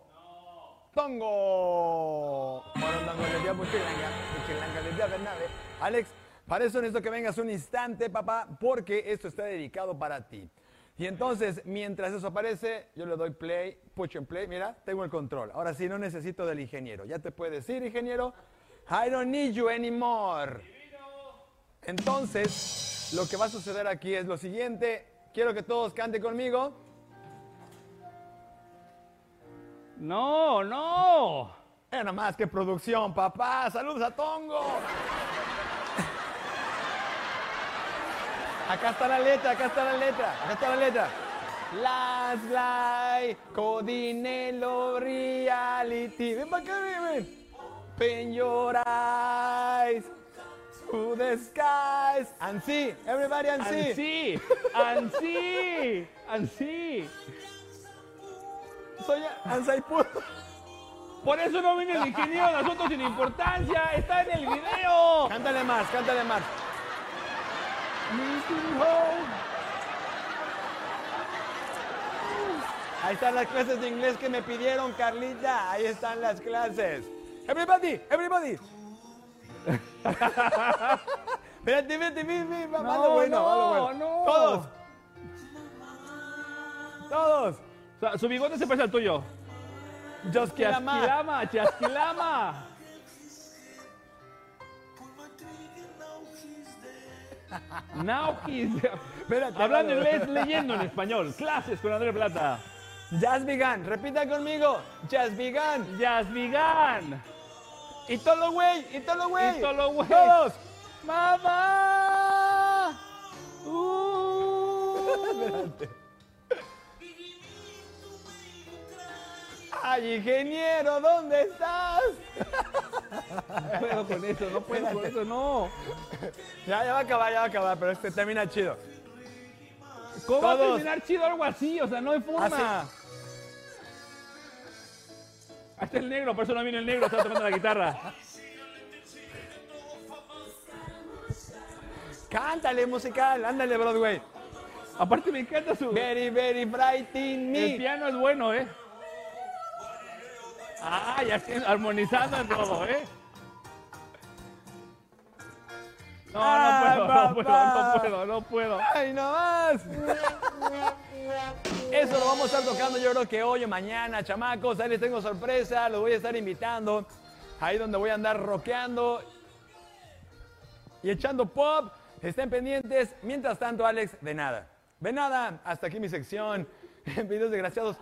[SPEAKER 2] Tongo. Bueno, Tongo, le dio Puchilanga, Puchilanga, le dio Bernabe. Alex, para eso necesito que vengas un instante, papá, porque esto está dedicado para ti. Y entonces, mientras eso aparece, yo le doy play, push and play. Mira, tengo el control. Ahora sí, no necesito del ingeniero. Ya te puedes decir, ingeniero. I don't need you anymore. Entonces, lo que va a suceder aquí es lo siguiente. Quiero que todos canten conmigo.
[SPEAKER 1] No, no.
[SPEAKER 2] Era Eh, nada más que producción, papá. Saludos a Tongo. Acá está la letra, acá está la letra, acá está la letra. Las Lai, Codinelo Reality. Ven para acá, ven, ven. Open your eyes to the skies. And see, everybody and see.
[SPEAKER 1] Ansí, ansí, ansí.
[SPEAKER 2] Soy Ansaipur.
[SPEAKER 1] Por eso no viene el ingeniero de asuntos sin importancia. Está en el video.
[SPEAKER 2] Cántale más, cántale más. Ahí están las clases de inglés que me pidieron, Carlita. Ahí están las clases. Everybody,
[SPEAKER 1] [laughs]
[SPEAKER 2] everybody. Espérate, vete, vete, va va lo
[SPEAKER 1] No,
[SPEAKER 2] bueno, va lo
[SPEAKER 1] no,
[SPEAKER 2] bueno.
[SPEAKER 1] no.
[SPEAKER 2] Todos. Todos.
[SPEAKER 1] O sea, su bigote se parece al tuyo.
[SPEAKER 2] Just Kilama.
[SPEAKER 1] Chasquilama, chasquilama. Nauquis.
[SPEAKER 2] Espérate,
[SPEAKER 1] Hablando
[SPEAKER 2] bárbaro.
[SPEAKER 1] inglés, leyendo en español. Clases con André Plata.
[SPEAKER 2] Just began. Repita conmigo. Just began.
[SPEAKER 1] Yasvigan.
[SPEAKER 2] Y todo, güey. Y todo, güey.
[SPEAKER 1] Y todo, güey.
[SPEAKER 2] Todos. Mamá.
[SPEAKER 1] Uh.
[SPEAKER 2] Espérate. Ay, ingeniero, ¿dónde estás?
[SPEAKER 1] [laughs] No puedo con eso, no puedo con eso, no.
[SPEAKER 2] Ya, ya va a acabar, ya va a acabar, pero este termina chido.
[SPEAKER 1] ¿Cómo va a
[SPEAKER 2] Todos.
[SPEAKER 1] terminar chido algo así? O sea, no hay forma.
[SPEAKER 2] Así.
[SPEAKER 1] Ahí está el negro, por eso no viene el negro, está tocando la guitarra.
[SPEAKER 2] Cántale musical, ándale, Broadway.
[SPEAKER 1] Aparte me encanta su...
[SPEAKER 2] Very, very frightening
[SPEAKER 1] El
[SPEAKER 2] me.
[SPEAKER 1] piano es bueno, ¿eh? Ah, ya estoy armonizando en todo, ¿eh? No,
[SPEAKER 2] Ah,
[SPEAKER 1] no puedo,
[SPEAKER 2] papá.
[SPEAKER 1] no puedo, no puedo, no puedo.
[SPEAKER 2] ¡Ay, no más! Eso lo vamos a estar tocando yo creo que hoy o mañana, chamacos. Ahí les tengo sorpresa, los voy a estar invitando. Ahí donde voy a andar rockeando y echando pop. Estén pendientes. Mientras tanto, Alex, de nada. De nada, hasta aquí mi sección. [laughs] Videos desgraciados.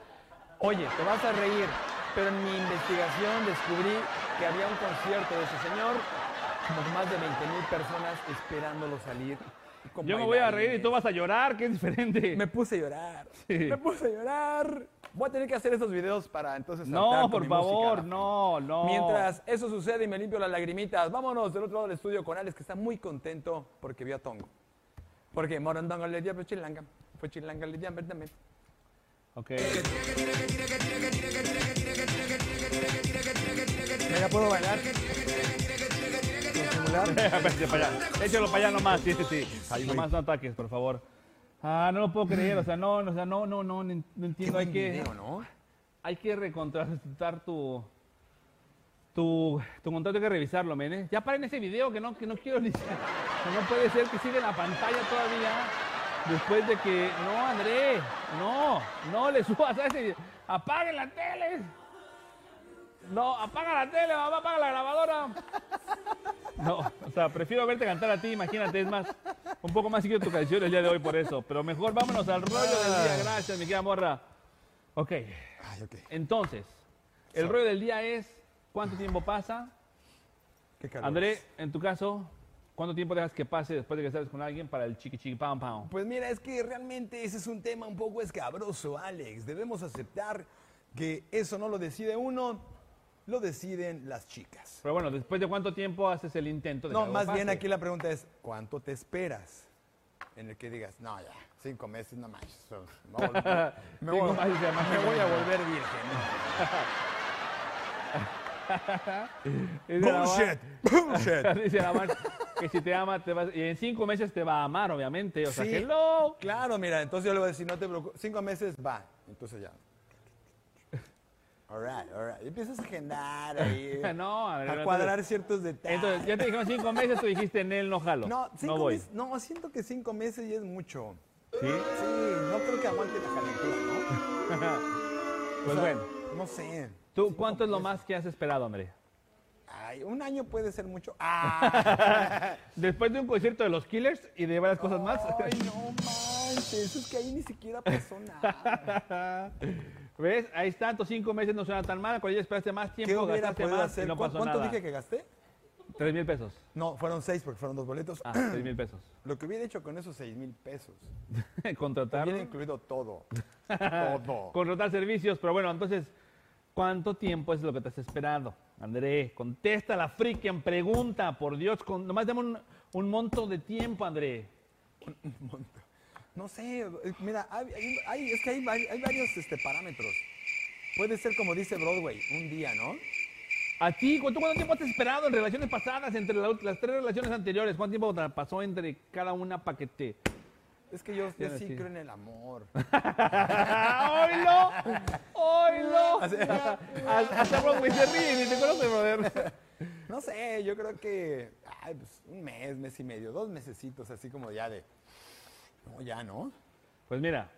[SPEAKER 2] Oye, te vas a reír, pero en mi investigación descubrí que había un concierto de ese señor, como más de 20 mil personas esperándolo salir. con
[SPEAKER 1] Yo me voy a reír y
[SPEAKER 2] bailarines.
[SPEAKER 1] tú vas a llorar, que es diferente.
[SPEAKER 2] Me puse a llorar.
[SPEAKER 1] Sí.
[SPEAKER 2] Me puse a llorar. Voy a tener que hacer esos videos para entonces. saltar
[SPEAKER 1] No,
[SPEAKER 2] con
[SPEAKER 1] por
[SPEAKER 2] mi música,
[SPEAKER 1] favor,
[SPEAKER 2] Rafa.
[SPEAKER 1] no, no.
[SPEAKER 2] Mientras eso sucede y me limpio las lagrimitas, vámonos del otro lado del estudio con Alex, que está muy contento porque vio a pues, Tongo. Porque Morondongo le dio a Chilanga, fue Chilanga le dio a Bertame.
[SPEAKER 1] Ok.
[SPEAKER 2] Venga, puedo bailar.
[SPEAKER 1] [laughs]
[SPEAKER 2] Simular.
[SPEAKER 1] Vete para allá. Échalo para allá nomás, sí, sí, sí. nomás no ataques, por favor. Ah, no lo puedo creer, o sea, no, no, o sea, no, no, no, no en- no entiendo. Hay
[SPEAKER 2] Buen
[SPEAKER 1] que,
[SPEAKER 2] video, ¿no?
[SPEAKER 1] hay que recontratar tu, tu, tu contrato, hay que revisarlo, men. ¿eh? Ya paren ese video que no, que no quiero ni... que no puede ser que siga en la pantalla todavía después de que... No, André, no, no le subas a ese video. Apaguen la tele. No, apaga la tele, mamá, apaga la grabadora. No, o sea, prefiero verte cantar a ti, imagínate, es más, un poco más siquiera tu canción el día de hoy por eso. Pero mejor vámonos al rollo del
[SPEAKER 2] Ah.
[SPEAKER 1] día, gracias, mi querida morra. Ok,
[SPEAKER 2] Ay, ok.
[SPEAKER 1] entonces, el rollo del día es cuánto tiempo pasa.
[SPEAKER 2] Qué calor.
[SPEAKER 1] André, en tu caso, ¿cuánto tiempo dejas que pase después de que sales con alguien para el chiqui chiqui pam pam?
[SPEAKER 2] Pues mira, es que realmente ese es un tema un poco escabroso, Alex. Debemos aceptar que eso no lo decide uno, lo deciden las chicas.
[SPEAKER 1] Pero bueno, ¿después de cuánto tiempo haces el intento de que
[SPEAKER 2] No,
[SPEAKER 1] algo
[SPEAKER 2] más bien
[SPEAKER 1] pase?
[SPEAKER 2] aquí la pregunta es, ¿cuánto te esperas? En el que digas, no, ya, cinco meses, no más.
[SPEAKER 1] [laughs]
[SPEAKER 2] Me voy, me
[SPEAKER 1] Cinco
[SPEAKER 2] voy-
[SPEAKER 1] meses, ya más
[SPEAKER 2] me
[SPEAKER 1] que
[SPEAKER 2] voy a
[SPEAKER 1] nada. [laughs]
[SPEAKER 2] volver virgen.
[SPEAKER 1] Dice la Mar- [laughs]
[SPEAKER 2] ¡Bullshit!
[SPEAKER 1] Dice la Mar que si te ama, te vas, y en cinco meses te va a amar, obviamente. O sea,
[SPEAKER 2] Sí.
[SPEAKER 1] hello.
[SPEAKER 2] Claro, mira, entonces yo le voy a decir, no te preocupes, cinco meses va. Entonces ya. All right, all right. Y empiezas a agendar ahí.
[SPEAKER 1] [laughs] No, a ver,
[SPEAKER 2] a
[SPEAKER 1] entonces-
[SPEAKER 2] cuadrar ciertos detalles.
[SPEAKER 1] Entonces, ya te dijeron cinco meses, tú dijiste en él no jalo.
[SPEAKER 2] no, cinco
[SPEAKER 1] no voy.
[SPEAKER 2] meses, no, siento que cinco meses ya es mucho.
[SPEAKER 1] ¿Sí?
[SPEAKER 2] Sí, no creo que aguante la calentura,
[SPEAKER 1] [laughs]
[SPEAKER 2] ¿no?
[SPEAKER 1] pues
[SPEAKER 2] O sea,
[SPEAKER 1] bueno.
[SPEAKER 2] No sé.
[SPEAKER 1] ¿Tú cuánto es lo más que has esperado, André?
[SPEAKER 2] Ay, un año puede ser mucho.
[SPEAKER 1] [laughs]
[SPEAKER 2] Ah,
[SPEAKER 1] Después de un concierto de los Killers y de varias cosas más.
[SPEAKER 2] ay, no manches, es que ahí ni siquiera pasó nada.
[SPEAKER 1] [laughs] ¿Ves? Ahí están, tus cinco meses no suena tan mal. Con ella esperaste más
[SPEAKER 2] ¿Qué
[SPEAKER 1] tiempo,
[SPEAKER 2] hubiera
[SPEAKER 1] gastaste
[SPEAKER 2] podido
[SPEAKER 1] más
[SPEAKER 2] hacer?
[SPEAKER 1] y no
[SPEAKER 2] ¿Cu-
[SPEAKER 1] pasó
[SPEAKER 2] ¿Cuánto
[SPEAKER 1] nada.
[SPEAKER 2] dije que gasté?
[SPEAKER 1] Tres mil pesos.
[SPEAKER 2] No, fueron seis porque fueron dos boletos. [clears throat]
[SPEAKER 1] Ah, tres mil pesos. [laughs]
[SPEAKER 2] Lo que hubiera hecho con esos seis mil pesos.
[SPEAKER 1] Contratar.
[SPEAKER 2] Hubiera incluido todo. todo.
[SPEAKER 1] Contratar servicios. Pero bueno, entonces, ¿cuánto tiempo es lo que te has esperado? André, contesta la freaking pregunta, por Dios. Con, nomás dame un, un monto de tiempo, André.
[SPEAKER 2] No sé, eh, mira, hay, hay- hay- es que hay, vari- hay varios este, parámetros. Puede ser como dice Broadway, un día, ¿no?
[SPEAKER 1] A ti, ¿cu- ¿tú cuánto tiempo has esperado en relaciones pasadas, entre la ult- las tres relaciones anteriores? ¿Cuánto tiempo tra- pasó entre cada una paquete?
[SPEAKER 2] Es que yo, yo
[SPEAKER 1] Tiene
[SPEAKER 2] sí
[SPEAKER 1] así.
[SPEAKER 2] creo en el amor.
[SPEAKER 1] [laughs] ¡Oilo! ¡Oilo! [laughs] Hasta Broadway se ríe, ni te conoce, brother.
[SPEAKER 2] No sé, yo creo que ay, pues, un mes, mes y medio, dos mesecitos, así como ya de... No, ya, ¿no?
[SPEAKER 1] Pues mira,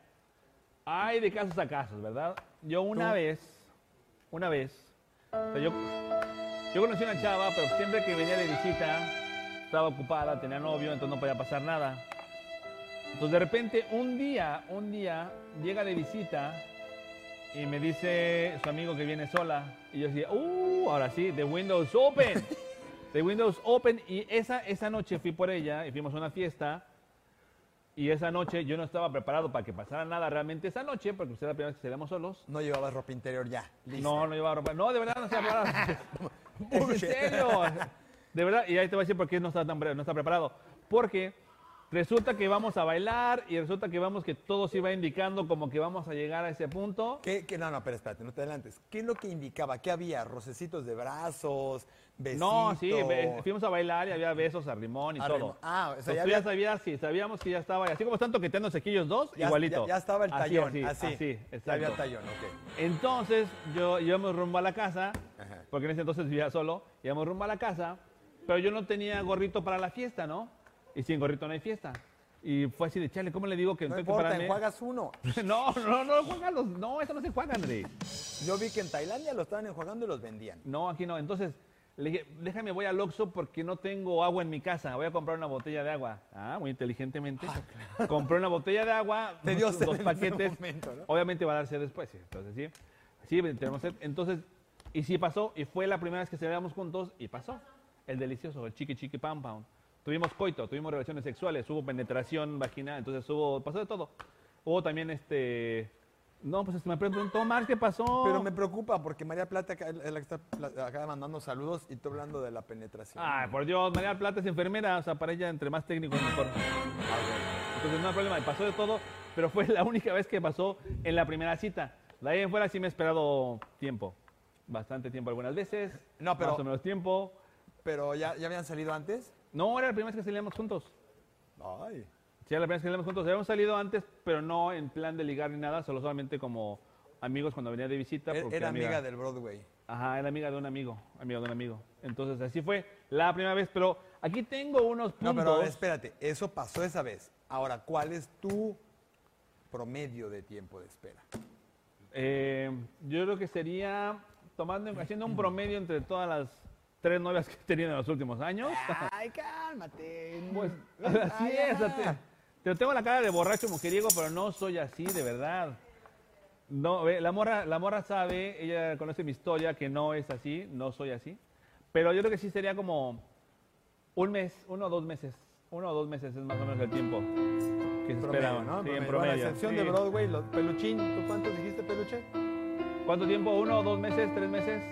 [SPEAKER 1] hay de casos a casos, ¿verdad? Yo una
[SPEAKER 2] ¿Tú?
[SPEAKER 1] vez, una vez, o sea, yo, yo conocí una chava, pero siempre que venía de visita, estaba ocupada, tenía novio, entonces no podía pasar nada. Entonces de repente, un día, un día, llega de visita y me dice su amigo que viene sola. Y yo decía, ¡uh! Ahora sí, The Windows Open. The Windows Open. Y esa, esa noche fui por ella y fuimos a una fiesta. Y esa noche yo no estaba preparado para que pasara nada realmente esa noche, porque usted era la primera vez que salíamos solos.
[SPEAKER 2] No llevabas ropa interior ya. Listo.
[SPEAKER 1] No, no llevaba ropa. No, de verdad no estaba
[SPEAKER 2] [laughs]
[SPEAKER 1] preparado. es [laughs] en
[SPEAKER 2] Bullshit.
[SPEAKER 1] serio. De verdad, y ahí te voy a decir por qué no está tan pre- no está preparado. Porque resulta que vamos a bailar y resulta que vamos que todo se iba indicando como que vamos a llegar a ese punto.
[SPEAKER 2] ¿Qué, qué- no, no, pero espérate, no te adelantes. ¿Qué es lo que indicaba? ¿Qué había? ¿Rocecitos de brazos? ¿Besitos?
[SPEAKER 1] No, sí, ve- fuimos a bailar y había besos a rimón y
[SPEAKER 2] A
[SPEAKER 1] todo.
[SPEAKER 2] rimón. Ah, o sea,
[SPEAKER 1] Entonces,
[SPEAKER 2] ya
[SPEAKER 1] tú ya
[SPEAKER 2] había-
[SPEAKER 1] sabías, sí, sabíamos que ya estaba, así como están toqueteándose aquí ellos dos,
[SPEAKER 2] Ya-
[SPEAKER 1] igualito.
[SPEAKER 2] Ya, ya estaba el
[SPEAKER 1] Así,
[SPEAKER 2] tallón,
[SPEAKER 1] así,
[SPEAKER 2] así.
[SPEAKER 1] así,
[SPEAKER 2] ya había
[SPEAKER 1] exacto.
[SPEAKER 2] tallón, ok.
[SPEAKER 1] Entonces, yo íbamos rumbo a la casa,
[SPEAKER 2] Ajá.
[SPEAKER 1] porque en ese entonces vivía solo, íbamos rumbo a la casa, pero yo no tenía gorrito para la fiesta, ¿no? Y sin gorrito no hay fiesta. Y fue así de, chale, ¿cómo le digo que
[SPEAKER 2] No
[SPEAKER 1] tengo que
[SPEAKER 2] importa,
[SPEAKER 1] pararme?"
[SPEAKER 2] enjuagas uno.
[SPEAKER 1] [laughs] No, no, no, enjuagan los- no, eso no se enjuaga, André.
[SPEAKER 2] Yo vi que en Tailandia lo estaban enjuagando y los vendían.
[SPEAKER 1] No, aquí no. Entonces, le dije, déjame, voy al Oxxo porque no tengo agua en mi casa. Voy a comprar una botella de agua. Ah, muy inteligentemente. Compré una botella de agua,
[SPEAKER 2] [laughs] Te dio
[SPEAKER 1] dos,
[SPEAKER 2] sed
[SPEAKER 1] dos
[SPEAKER 2] en ese
[SPEAKER 1] paquetes.
[SPEAKER 2] momento, ¿no?
[SPEAKER 1] Obviamente va a darse después, sí. Entonces, sí. Sí, tenemos sed. Entonces, y sí pasó. Y fue la primera vez que celebramos juntos y pasó. El delicioso, el chiqui chiqui pam pam. Tuvimos coito, tuvimos relaciones sexuales, hubo penetración vaginal, entonces hubo, pasó de todo. Hubo también este... No, pues este, me preguntó, Mar, ¿qué pasó?
[SPEAKER 2] Pero me preocupa porque María Plata acá- es la que está pla- acá mandando saludos y tú hablando de la penetración.
[SPEAKER 1] Ay, por Dios, María Plata es enfermera, o sea, para ella entre más técnico es mejor. Entonces no hay problema, y pasó de todo. pero fue [laughs] la única vez que pasó en la primera cita. De ahí en fuera sí me he esperado tiempo. Bastante tiempo algunas veces.
[SPEAKER 2] No, pero-
[SPEAKER 1] Más o menos tiempo.
[SPEAKER 2] Pero ya, ya habían salido antes.
[SPEAKER 1] No, era la primera vez que salíamos juntos.
[SPEAKER 2] Ay.
[SPEAKER 1] Sí, era la primera vez que salíamos juntos. Habíamos salido antes, pero no en plan de ligar ni nada, solo solamente como amigos cuando venía de visita.
[SPEAKER 2] Era,
[SPEAKER 1] porque
[SPEAKER 2] E-, era amiga del Broadway.
[SPEAKER 1] Ajá, era amiga de un amigo, amigo de un amigo. Entonces, así fue la primera vez, pero aquí tengo unos
[SPEAKER 2] No,
[SPEAKER 1] puntos.
[SPEAKER 2] pero a ver, espérate, eso pasó esa vez. Ahora, ¿cuál es tu promedio de tiempo de espera?
[SPEAKER 1] Eh, yo creo que sería tomando, en- haciendo un promedio entre todas las tres novias que he tenido en los últimos años.
[SPEAKER 2] Ay, cálmate.
[SPEAKER 1] Pues así es. Te, te tengo la cara de borracho mujeriego, pero no soy así, de verdad. No, ve, la morra, la morra sabe, ella conoce mi historia, que no es así, no soy así. Pero yo creo que sí sería como un mes, uno o dos meses. Uno o dos meses es más o menos el tiempo que se espera.
[SPEAKER 2] ¿no?
[SPEAKER 1] Sí,
[SPEAKER 2] Promedio.
[SPEAKER 1] en
[SPEAKER 2] Bueno, a
[SPEAKER 1] promedio,
[SPEAKER 2] excepción
[SPEAKER 1] sí.
[SPEAKER 2] de Broadway, los peluchín, ¿tú cuántos dijiste peluche?
[SPEAKER 1] ¿Cuánto tiempo? ¿Uno o dos meses? ¿Tres meses?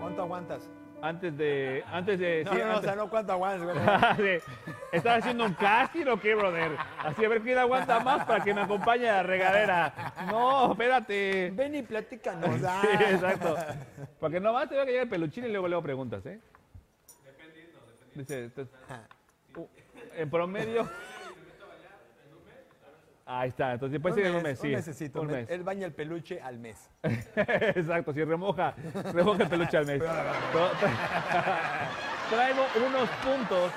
[SPEAKER 2] ¿Cuánto aguantas?
[SPEAKER 1] Antes de. Antes de.
[SPEAKER 2] No,
[SPEAKER 1] sí,
[SPEAKER 2] no, no, o
[SPEAKER 1] antes- [laughs]
[SPEAKER 2] sea, no cuánto aguantas, güey.
[SPEAKER 1] Dale. ¿Estás haciendo un casting o qué, brother? Así a ver quién aguanta más para que me acompañe a la regadera. No, espérate.
[SPEAKER 2] [laughs] Ven y platícanos.
[SPEAKER 1] [laughs]
[SPEAKER 2] Ah,
[SPEAKER 1] Sí, exacto. Porque nomás te va a llegar el peluchín y luego luego preguntas, ¿eh? Dependiendo, dependiendo. Dice, te- uh, en
[SPEAKER 2] [laughs]
[SPEAKER 1] promedio... Ahí está, entonces puede ser en un mes, sí.
[SPEAKER 2] Un mesecito,
[SPEAKER 1] un
[SPEAKER 2] me-
[SPEAKER 1] mes.
[SPEAKER 2] Él baña el peluche al mes.
[SPEAKER 1] [laughs] Exacto, si remoja, remoja el peluche al mes.
[SPEAKER 2] [laughs]
[SPEAKER 1] Pero tra- Traigo unos puntos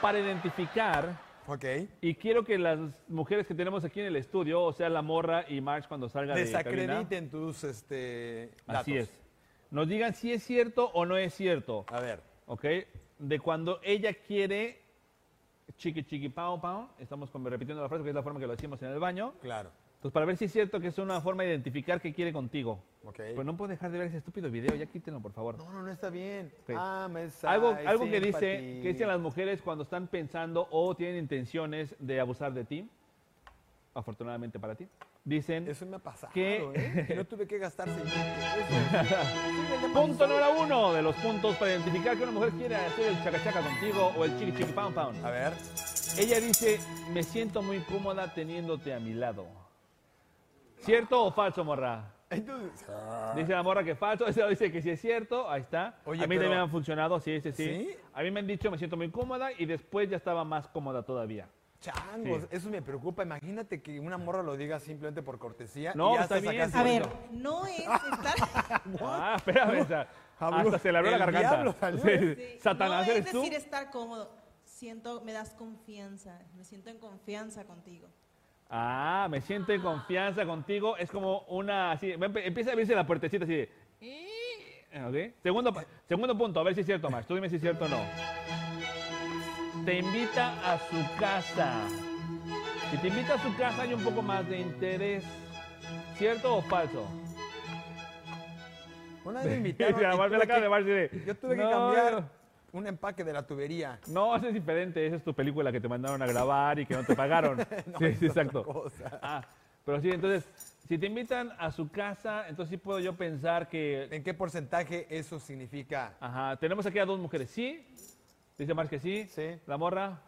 [SPEAKER 1] para identificar
[SPEAKER 2] Ok.
[SPEAKER 1] y quiero que las mujeres que tenemos aquí en el estudio, o sea, la morra y Max cuando salga de cabina,
[SPEAKER 2] Desacrediten tus este, datos.
[SPEAKER 1] así es, nos digan si es cierto o no es cierto,
[SPEAKER 2] A ver.
[SPEAKER 1] ¿ok? De cuando ella quiere chiqui chiqui pao pao, estamos como repitiendo la frase que es la forma que lo decimos en el baño,
[SPEAKER 2] Claro.
[SPEAKER 1] entonces para ver si es cierto que es una forma de identificar que quiere contigo.
[SPEAKER 2] Ok.
[SPEAKER 1] Pero Pues no puedo dejar de ver ese estúpido video, ya quítenlo por favor.
[SPEAKER 2] Eh, No, no, no está bien.
[SPEAKER 1] Sí.
[SPEAKER 2] Ah, me sabe,
[SPEAKER 1] Algo, algo que dice,
[SPEAKER 2] sympathy.
[SPEAKER 1] que dicen las mujeres cuando están pensando o tienen intenciones de abusar de ti, afortunadamente para ti, dicen,
[SPEAKER 2] Eso me ha pasado.
[SPEAKER 1] que-
[SPEAKER 2] ¿eh? Que No tuve que gastar billete. Eso
[SPEAKER 1] [laughs]
[SPEAKER 2] es-
[SPEAKER 1] punto número uno de los puntos para identificar que una mujer quiere hacer el chacachaca contigo o el chiqui chiqui pam pam.
[SPEAKER 2] A ver.
[SPEAKER 1] Ella dice, me siento muy cómoda teniéndote a mi lado. ¿Cierto o falso, morra?
[SPEAKER 2] Entonces.
[SPEAKER 1] Dice la morra que es falso, [laughs] esa dice que sí es cierto, ahí está.
[SPEAKER 2] Oye,
[SPEAKER 1] a mí también
[SPEAKER 2] pero-
[SPEAKER 1] me han funcionado, sí, sí, sí,
[SPEAKER 2] ¿Sí?
[SPEAKER 1] A mí me han dicho, me siento muy cómoda y después ya estaba más cómoda todavía.
[SPEAKER 2] Changos,
[SPEAKER 1] Sí.
[SPEAKER 2] eso me preocupa. Imagínate que una morra lo diga simplemente por cortesía.
[SPEAKER 1] No,
[SPEAKER 2] y ya
[SPEAKER 1] está
[SPEAKER 2] hasta
[SPEAKER 1] bien.
[SPEAKER 2] sacaste-
[SPEAKER 3] A ver,
[SPEAKER 1] Bueno.
[SPEAKER 3] no es estar.
[SPEAKER 1] Ah, espérame. hasta-
[SPEAKER 2] Habló-
[SPEAKER 1] hasta se le abrió la
[SPEAKER 2] el
[SPEAKER 1] garganta.
[SPEAKER 2] diablo
[SPEAKER 1] [laughs]
[SPEAKER 2] salió.
[SPEAKER 1] Sí, sí. [laughs]
[SPEAKER 3] Sí,
[SPEAKER 1] Satanás,
[SPEAKER 3] no es
[SPEAKER 1] ¿eres tú?
[SPEAKER 3] decir estar cómodo. Siento, me das confianza. Me siento en confianza contigo.
[SPEAKER 1] Ah, me siento en confianza contigo. Es como una así. ve, empe- Empieza a abrirse la puertecita así de. ¿ok? Segundo, pa- segundo punto, a ver si es cierto, Max. Tú dime si es cierto o no. Te invita a su casa. Si te invita a su casa hay un poco más de interés. ¿Cierto o falso?
[SPEAKER 2] Una vez me
[SPEAKER 1] Y [laughs]
[SPEAKER 2] invitaron.
[SPEAKER 1] se la
[SPEAKER 2] y
[SPEAKER 1] va a ver
[SPEAKER 2] tuve
[SPEAKER 1] la cara
[SPEAKER 2] que-
[SPEAKER 1] de Max y de,
[SPEAKER 2] Yo tuve que
[SPEAKER 1] "No,
[SPEAKER 2] cambiar
[SPEAKER 1] no".
[SPEAKER 2] un empaque de la tubería.
[SPEAKER 1] No, eso es diferente. Esa es tu película que te mandaron a grabar y que no te
[SPEAKER 2] [laughs]
[SPEAKER 1] pagaron. sí, sí, exacto.
[SPEAKER 2] cosa.
[SPEAKER 1] Ah, pero sí, entonces, si te invitan a su casa, entonces sí puedo yo pensar que.
[SPEAKER 2] ¿En qué porcentaje eso significa?
[SPEAKER 1] Ajá, tenemos aquí a dos mujeres. Sí, dice Marx que sí.
[SPEAKER 2] Sí.
[SPEAKER 1] La morra.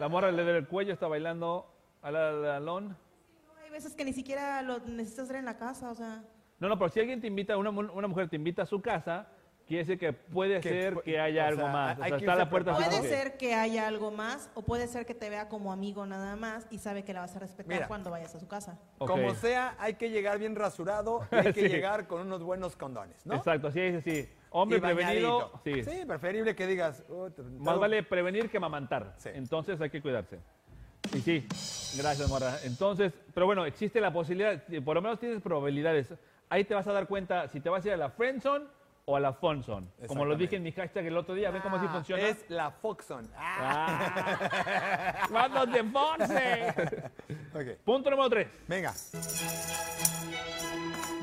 [SPEAKER 1] La morra le debe el cuello, está bailando al alón.
[SPEAKER 3] No, hay veces que ni siquiera lo necesitas hacer en la casa, o sea.
[SPEAKER 1] No, no, pero si alguien te invita, una, mu- una mujer te invita a su casa, quiere decir que puede
[SPEAKER 2] Que
[SPEAKER 1] ser
[SPEAKER 2] pu-
[SPEAKER 1] que haya
[SPEAKER 2] o
[SPEAKER 1] algo
[SPEAKER 2] sea,
[SPEAKER 1] más. O
[SPEAKER 2] hay
[SPEAKER 1] sea,
[SPEAKER 2] que
[SPEAKER 1] está
[SPEAKER 2] irse
[SPEAKER 1] la puerta así
[SPEAKER 3] Puede
[SPEAKER 1] como que-
[SPEAKER 3] ser que haya algo más o puede ser que te vea como amigo nada más y sabe que la vas a respetar
[SPEAKER 2] Mira.
[SPEAKER 3] cuando vayas a su casa.
[SPEAKER 1] Ok.
[SPEAKER 2] Como sea, hay que llegar bien rasurado y hay que
[SPEAKER 1] [laughs] Sí.
[SPEAKER 2] llegar con unos buenos condones, ¿no?
[SPEAKER 1] Exacto, así es, sí.
[SPEAKER 2] Y
[SPEAKER 1] Hombre prevenido,
[SPEAKER 2] bañadito.
[SPEAKER 1] sí.
[SPEAKER 2] Sí, preferible que digas. "Oh, te-
[SPEAKER 1] Más
[SPEAKER 2] te-
[SPEAKER 1] vale prevenir que mamantar.
[SPEAKER 2] Sí.
[SPEAKER 1] Entonces hay que cuidarse. Y sí, gracias, Morra. Entonces, pero bueno, existe la posibilidad, eh, por lo menos tienes probabilidades. Ahí te vas a dar cuenta si te vas a ir a la friendzone o a la funzone. Como lo dije en mi hashtag el otro día, ¿ven cómo así
[SPEAKER 2] Ah,
[SPEAKER 1] funciona?
[SPEAKER 2] Es la Foxon. Ah,
[SPEAKER 1] Ah. [laughs] ¡Vamos de Fonse!
[SPEAKER 2] ok.
[SPEAKER 1] Punto número tres.
[SPEAKER 2] Venga.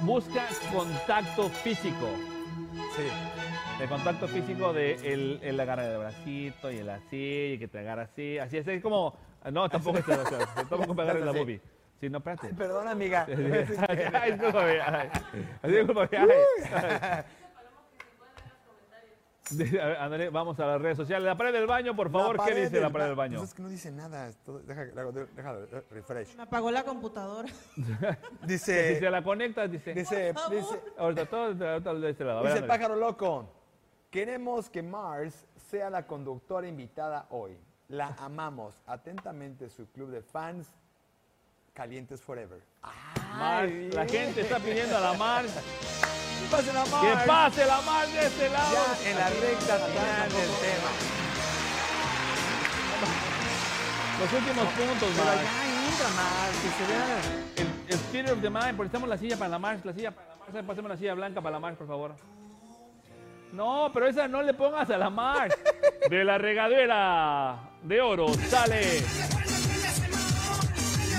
[SPEAKER 1] Busca contacto físico.
[SPEAKER 2] Sí.
[SPEAKER 1] El contacto físico de el, el agarre de bracito y el así, y que te agarra así. Así es, es como. No, tampoco es o sea, tampoco me agarres la
[SPEAKER 2] Así.
[SPEAKER 1] boobie. Sí, no, espérate.
[SPEAKER 2] [laughs] Perdón, amiga.
[SPEAKER 1] [laughs] Ay,
[SPEAKER 2] [laughs]
[SPEAKER 1] discúlpame. ay. Ay, discúlpame. ay. Dice, a ver, [laughs] André, vamos a las redes sociales. La pared del baño, por favor, ¿qué
[SPEAKER 2] pared
[SPEAKER 1] dice
[SPEAKER 2] del
[SPEAKER 1] la pared del
[SPEAKER 2] ba-
[SPEAKER 1] baño?
[SPEAKER 2] Pues es que no dice nada. es todo- deja- la- de- déjalo, eh, refresh.
[SPEAKER 3] Me apagó la computadora. [laughs]
[SPEAKER 1] Si se
[SPEAKER 2] Dice,
[SPEAKER 1] la conectas, dice.
[SPEAKER 2] dice,
[SPEAKER 3] Por favor.
[SPEAKER 2] dice,
[SPEAKER 1] Ahorita todo ahorita lo de este lado. A ver,
[SPEAKER 2] dice
[SPEAKER 1] André.
[SPEAKER 2] Pájaro Loco. Queremos que Mars sea la conductora invitada hoy.
[SPEAKER 1] [laughs]
[SPEAKER 2] La amamos. Atentamente su club de fans. Calientes Forever.
[SPEAKER 1] Mars, la gente está pidiendo a la
[SPEAKER 2] [laughs]
[SPEAKER 1] Mars.
[SPEAKER 2] Pasen a
[SPEAKER 1] Que
[SPEAKER 2] Mars.
[SPEAKER 1] pase la Mars de este lado.
[SPEAKER 2] Ya en la recta final del tema.
[SPEAKER 1] Los últimos puntos,
[SPEAKER 2] Pero
[SPEAKER 1] Mars.
[SPEAKER 2] ya entra Mars, que se vea.
[SPEAKER 1] El, el Theater of the Mind, necesitamos la silla para la Mars, la silla para la Mars. Pásame la silla blanca para la Mars, por favor. No, pero esa no le pongas a la Mars. [laughs] De la regadera de oro sale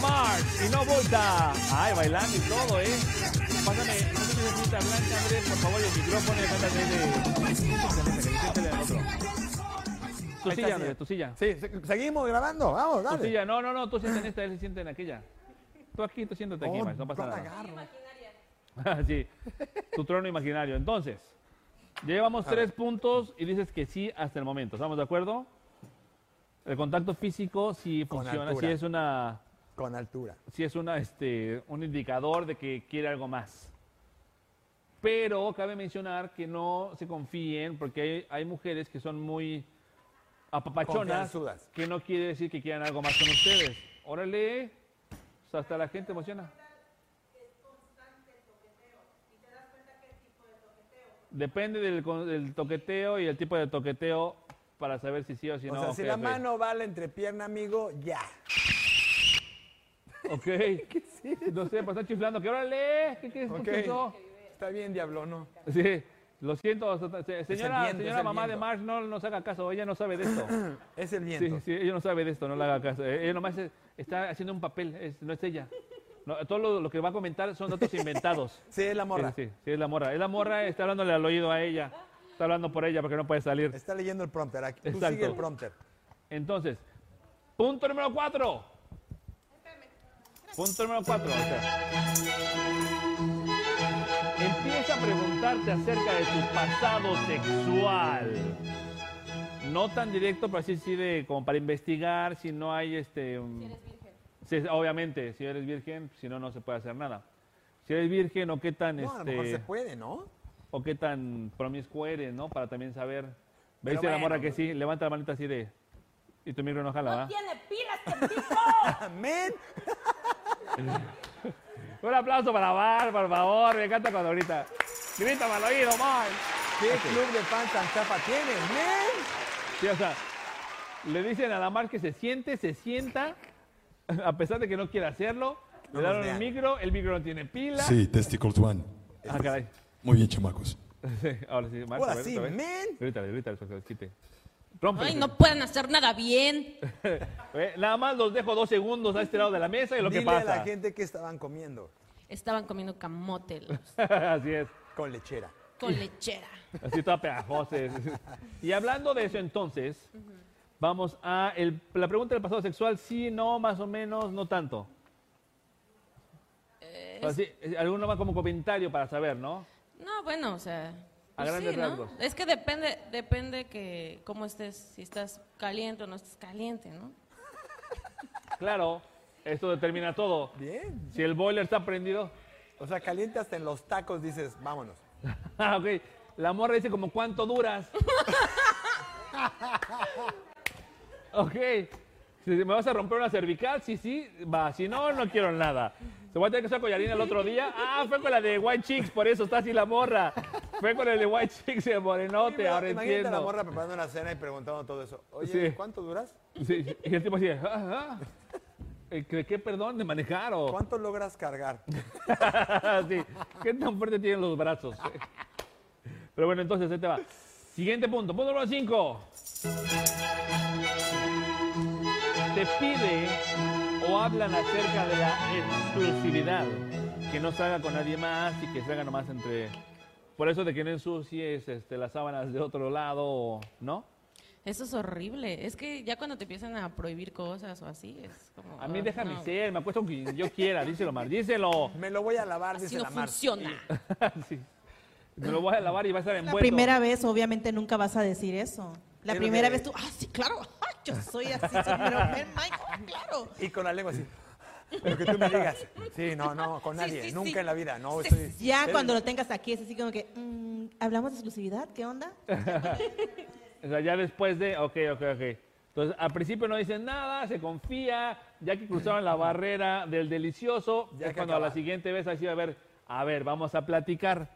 [SPEAKER 1] Mars y no volta. Ay, bailando y todo, ¿eh? Pásame, pásame esa sillita blanca, Andrés, por favor, y el micrófono. y Pásame de- de... de- de- de- de- Tu
[SPEAKER 2] Ahí está,
[SPEAKER 1] silla,
[SPEAKER 2] señor.
[SPEAKER 1] Andrés, tu silla.
[SPEAKER 2] Sí, se- seguimos grabando. Vamos,
[SPEAKER 1] Tu
[SPEAKER 2] dale.
[SPEAKER 1] silla, no, no, no, tú siéntate en esta, él se sienta en aquella. Tú aquí, tú siéntate aquí,
[SPEAKER 2] Oh,
[SPEAKER 1] Mars, no pasa
[SPEAKER 2] no la
[SPEAKER 1] nada. [laughs] sí, tu trono imaginario. Entonces, ya llevamos tres puntos y dices que sí hasta el momento. ¿Estamos de acuerdo? El contacto físico sí
[SPEAKER 2] Con
[SPEAKER 1] funciona, sí
[SPEAKER 2] altura.
[SPEAKER 1] es una,
[SPEAKER 2] Con altura.
[SPEAKER 1] sí es una, este, un indicador de que quiere algo más. Pero cabe mencionar que no se confíen porque hay, hay mujeres que son muy apapachonas
[SPEAKER 2] Confianzudas.
[SPEAKER 1] que no quiere decir que quieran algo más con ustedes. Órale, O sea, hasta la gente emociona. Depende del, con- del toqueteo y el tipo de toqueteo para saber si sí o si
[SPEAKER 2] O
[SPEAKER 1] no.
[SPEAKER 2] sea, si la
[SPEAKER 1] jefe.
[SPEAKER 2] mano va a la entrepierna, amigo, ya. [laughs]
[SPEAKER 1] Ok. No sé, pues está chiflando. ¿Qué órale? ¿Qué, qué, qué
[SPEAKER 2] Ok.
[SPEAKER 1] pasó?
[SPEAKER 2] Está bien, diablo, ¿no?
[SPEAKER 1] Sí, lo siento, se- se- señora,
[SPEAKER 2] viento, es
[SPEAKER 1] señora
[SPEAKER 2] el
[SPEAKER 1] mamá de
[SPEAKER 2] viento.
[SPEAKER 1] Marge, no nos haga caso, ella no sabe de
[SPEAKER 2] [coughs]
[SPEAKER 1] esto.
[SPEAKER 2] Es el viento.
[SPEAKER 1] Sí, sí, ella no sabe de esto, no le haga caso. Eh, Ella nomás es- está haciendo un papel, es- no es ella. No, todo lo, lo que va a comentar son datos inventados.
[SPEAKER 2] Sí, es la [laughs] morra.
[SPEAKER 1] Sí, sí, sí, es la morra. Es la morra, está hablándole al oído a ella. Está hablando por ella porque no puede salir.
[SPEAKER 2] Está leyendo el prompter. Aquí. Tú
[SPEAKER 1] Exacto.
[SPEAKER 2] sigue el prompter.
[SPEAKER 1] Entonces, punto número cuatro. Punto número cuatro. ahí está. Empieza a preguntarte acerca de tu pasado sexual. No tan directo, pero así sí de como para investigar si no hay este. um, si es- obviamente, si eres virgen, si no no se puede hacer nada. Si eres virgen o qué tan
[SPEAKER 2] No, a lo mejor
[SPEAKER 1] este
[SPEAKER 2] se puede, ¿no?
[SPEAKER 1] o qué tan promiscuo eres, ¿no? Para también saber. ¿Veis
[SPEAKER 2] Pero
[SPEAKER 1] la morra
[SPEAKER 2] bueno.
[SPEAKER 1] que sí? Levanta la manita así de. Y tu micro no jala, ¿verdad?
[SPEAKER 4] tiene pilas que
[SPEAKER 2] Amén.
[SPEAKER 1] Un aplauso para Mar, por favor. Me encanta cuando grita. Grita mal oído, Mar.
[SPEAKER 2] ¿Qué club de fans tan chapa tienes, men?
[SPEAKER 1] Sí, o sea, le dicen a la Mar que se siente, se sienta, [laughs] a pesar de que no quiere hacerlo.
[SPEAKER 2] No
[SPEAKER 1] le
[SPEAKER 2] nos
[SPEAKER 1] dieron el
[SPEAKER 2] vean.
[SPEAKER 1] micro, el micro no tiene pila.
[SPEAKER 5] Sí, Testicles One.
[SPEAKER 1] Ah, caray. [laughs]
[SPEAKER 5] Muy bien, chamacos.
[SPEAKER 1] Sí, ahora sí, Mar.
[SPEAKER 2] Ahora
[SPEAKER 1] otra vez,
[SPEAKER 2] sí,
[SPEAKER 1] otra vez.
[SPEAKER 2] men.
[SPEAKER 1] Grítale, grítale, para que se quite. Rompe.
[SPEAKER 4] Ay, no pueden hacer nada bien.
[SPEAKER 1] Eh, Nada más los dejo dos segundos a este lado de la mesa y lo
[SPEAKER 2] Dile
[SPEAKER 1] que pasa.
[SPEAKER 2] a la gente que estaban comiendo
[SPEAKER 4] Estaban comiendo
[SPEAKER 1] [laughs]
[SPEAKER 4] camote
[SPEAKER 1] [laughs]
[SPEAKER 4] los-
[SPEAKER 1] Así es,
[SPEAKER 2] con lechera.
[SPEAKER 4] con lechera.
[SPEAKER 1] así está pegajoso. Y hablando de eso entonces, vamos a el- la pregunta del pasado sexual, sí, no, más o menos, no tanto. Así, eh, alguno más como comentario para saber, ¿no?
[SPEAKER 4] No, bueno, o sea.
[SPEAKER 1] A
[SPEAKER 4] pues
[SPEAKER 1] grandes
[SPEAKER 4] sí, ¿no?
[SPEAKER 1] rasgos.
[SPEAKER 4] Es que depende, depende que cómo estés, si estás caliente o no estás caliente, ¿no?
[SPEAKER 1] Claro, esto determina todo.
[SPEAKER 2] Bien.
[SPEAKER 1] Si el boiler está prendido,
[SPEAKER 2] O sea, caliente hasta en los tacos, dices, vámonos.
[SPEAKER 1] [laughs] Ah, ok. La morra dice como cuánto duras. [laughs] ok. Si me vas a romper una cervical, sí, sí, va. Si no, no quiero nada. Se va a tener que usar collarina el otro día. Ah, fue con la de White Chicks, por eso está así la morra. Fue con el de White Chicks, el morenote, ahora
[SPEAKER 2] Imagínate a la
[SPEAKER 1] entiendo.
[SPEAKER 2] morra preparando una cena y preguntando todo eso. Oye,
[SPEAKER 1] Sí.
[SPEAKER 2] ¿cuánto duras?
[SPEAKER 1] Sí, y el tipo así, ah, ah. Eh, ¿qué, qué perdón de manejar o...?
[SPEAKER 2] ¿Cuánto logras cargar?
[SPEAKER 1] [laughs] Sí. ¿Qué tan fuerte tienen los brazos? Pero bueno, entonces ahí te va. Siguiente punto, punto número 5. Te pide o hablan acerca de la exclusividad. Que no salga con nadie más y que salga nomás entre. Por eso de que no ensucies este, las sábanas de otro lado, o- ¿no?
[SPEAKER 4] Eso es horrible. Es que ya cuando te empiezan a prohibir cosas o así, es como.
[SPEAKER 1] A mí
[SPEAKER 4] ah,
[SPEAKER 1] déjame
[SPEAKER 4] no,
[SPEAKER 1] ser, me acuesto con quien yo quiera, díselo, [laughs] Mar, díselo.
[SPEAKER 2] Me lo voy a lavar,
[SPEAKER 4] Así
[SPEAKER 2] dice
[SPEAKER 4] no
[SPEAKER 2] la Mar.
[SPEAKER 4] funciona.
[SPEAKER 1] Sí. Me lo voy a lavar y va a estar
[SPEAKER 3] La
[SPEAKER 1] envuelto.
[SPEAKER 3] primera vez, obviamente, nunca vas a decir eso. La
[SPEAKER 2] Es lo
[SPEAKER 3] primera
[SPEAKER 2] que-
[SPEAKER 3] vez tú, ah, sí, claro, [laughs] ah, yo soy así, soy Mero- Michael, claro.
[SPEAKER 2] Y con la lengua así. Lo que tú me digas. Sí, no, no, con
[SPEAKER 3] Sí,
[SPEAKER 2] nadie.
[SPEAKER 3] sí,
[SPEAKER 2] Nunca
[SPEAKER 3] sí.
[SPEAKER 2] en la vida. No,
[SPEAKER 3] Sí,
[SPEAKER 2] estoy-
[SPEAKER 3] Ya
[SPEAKER 2] Pero-
[SPEAKER 3] cuando lo tengas aquí es así como que, mm, ¿hablamos de exclusividad? ¿Qué onda?
[SPEAKER 1] O sea, ya después de, ok, ok, ok. Entonces, al principio no dicen nada, se confía, ya que cruzaron la barrera del delicioso,
[SPEAKER 2] Ya
[SPEAKER 1] es
[SPEAKER 2] que
[SPEAKER 1] cuando a la
[SPEAKER 2] acabaron.
[SPEAKER 1] siguiente vez así, a ver, a ver, vamos a platicar,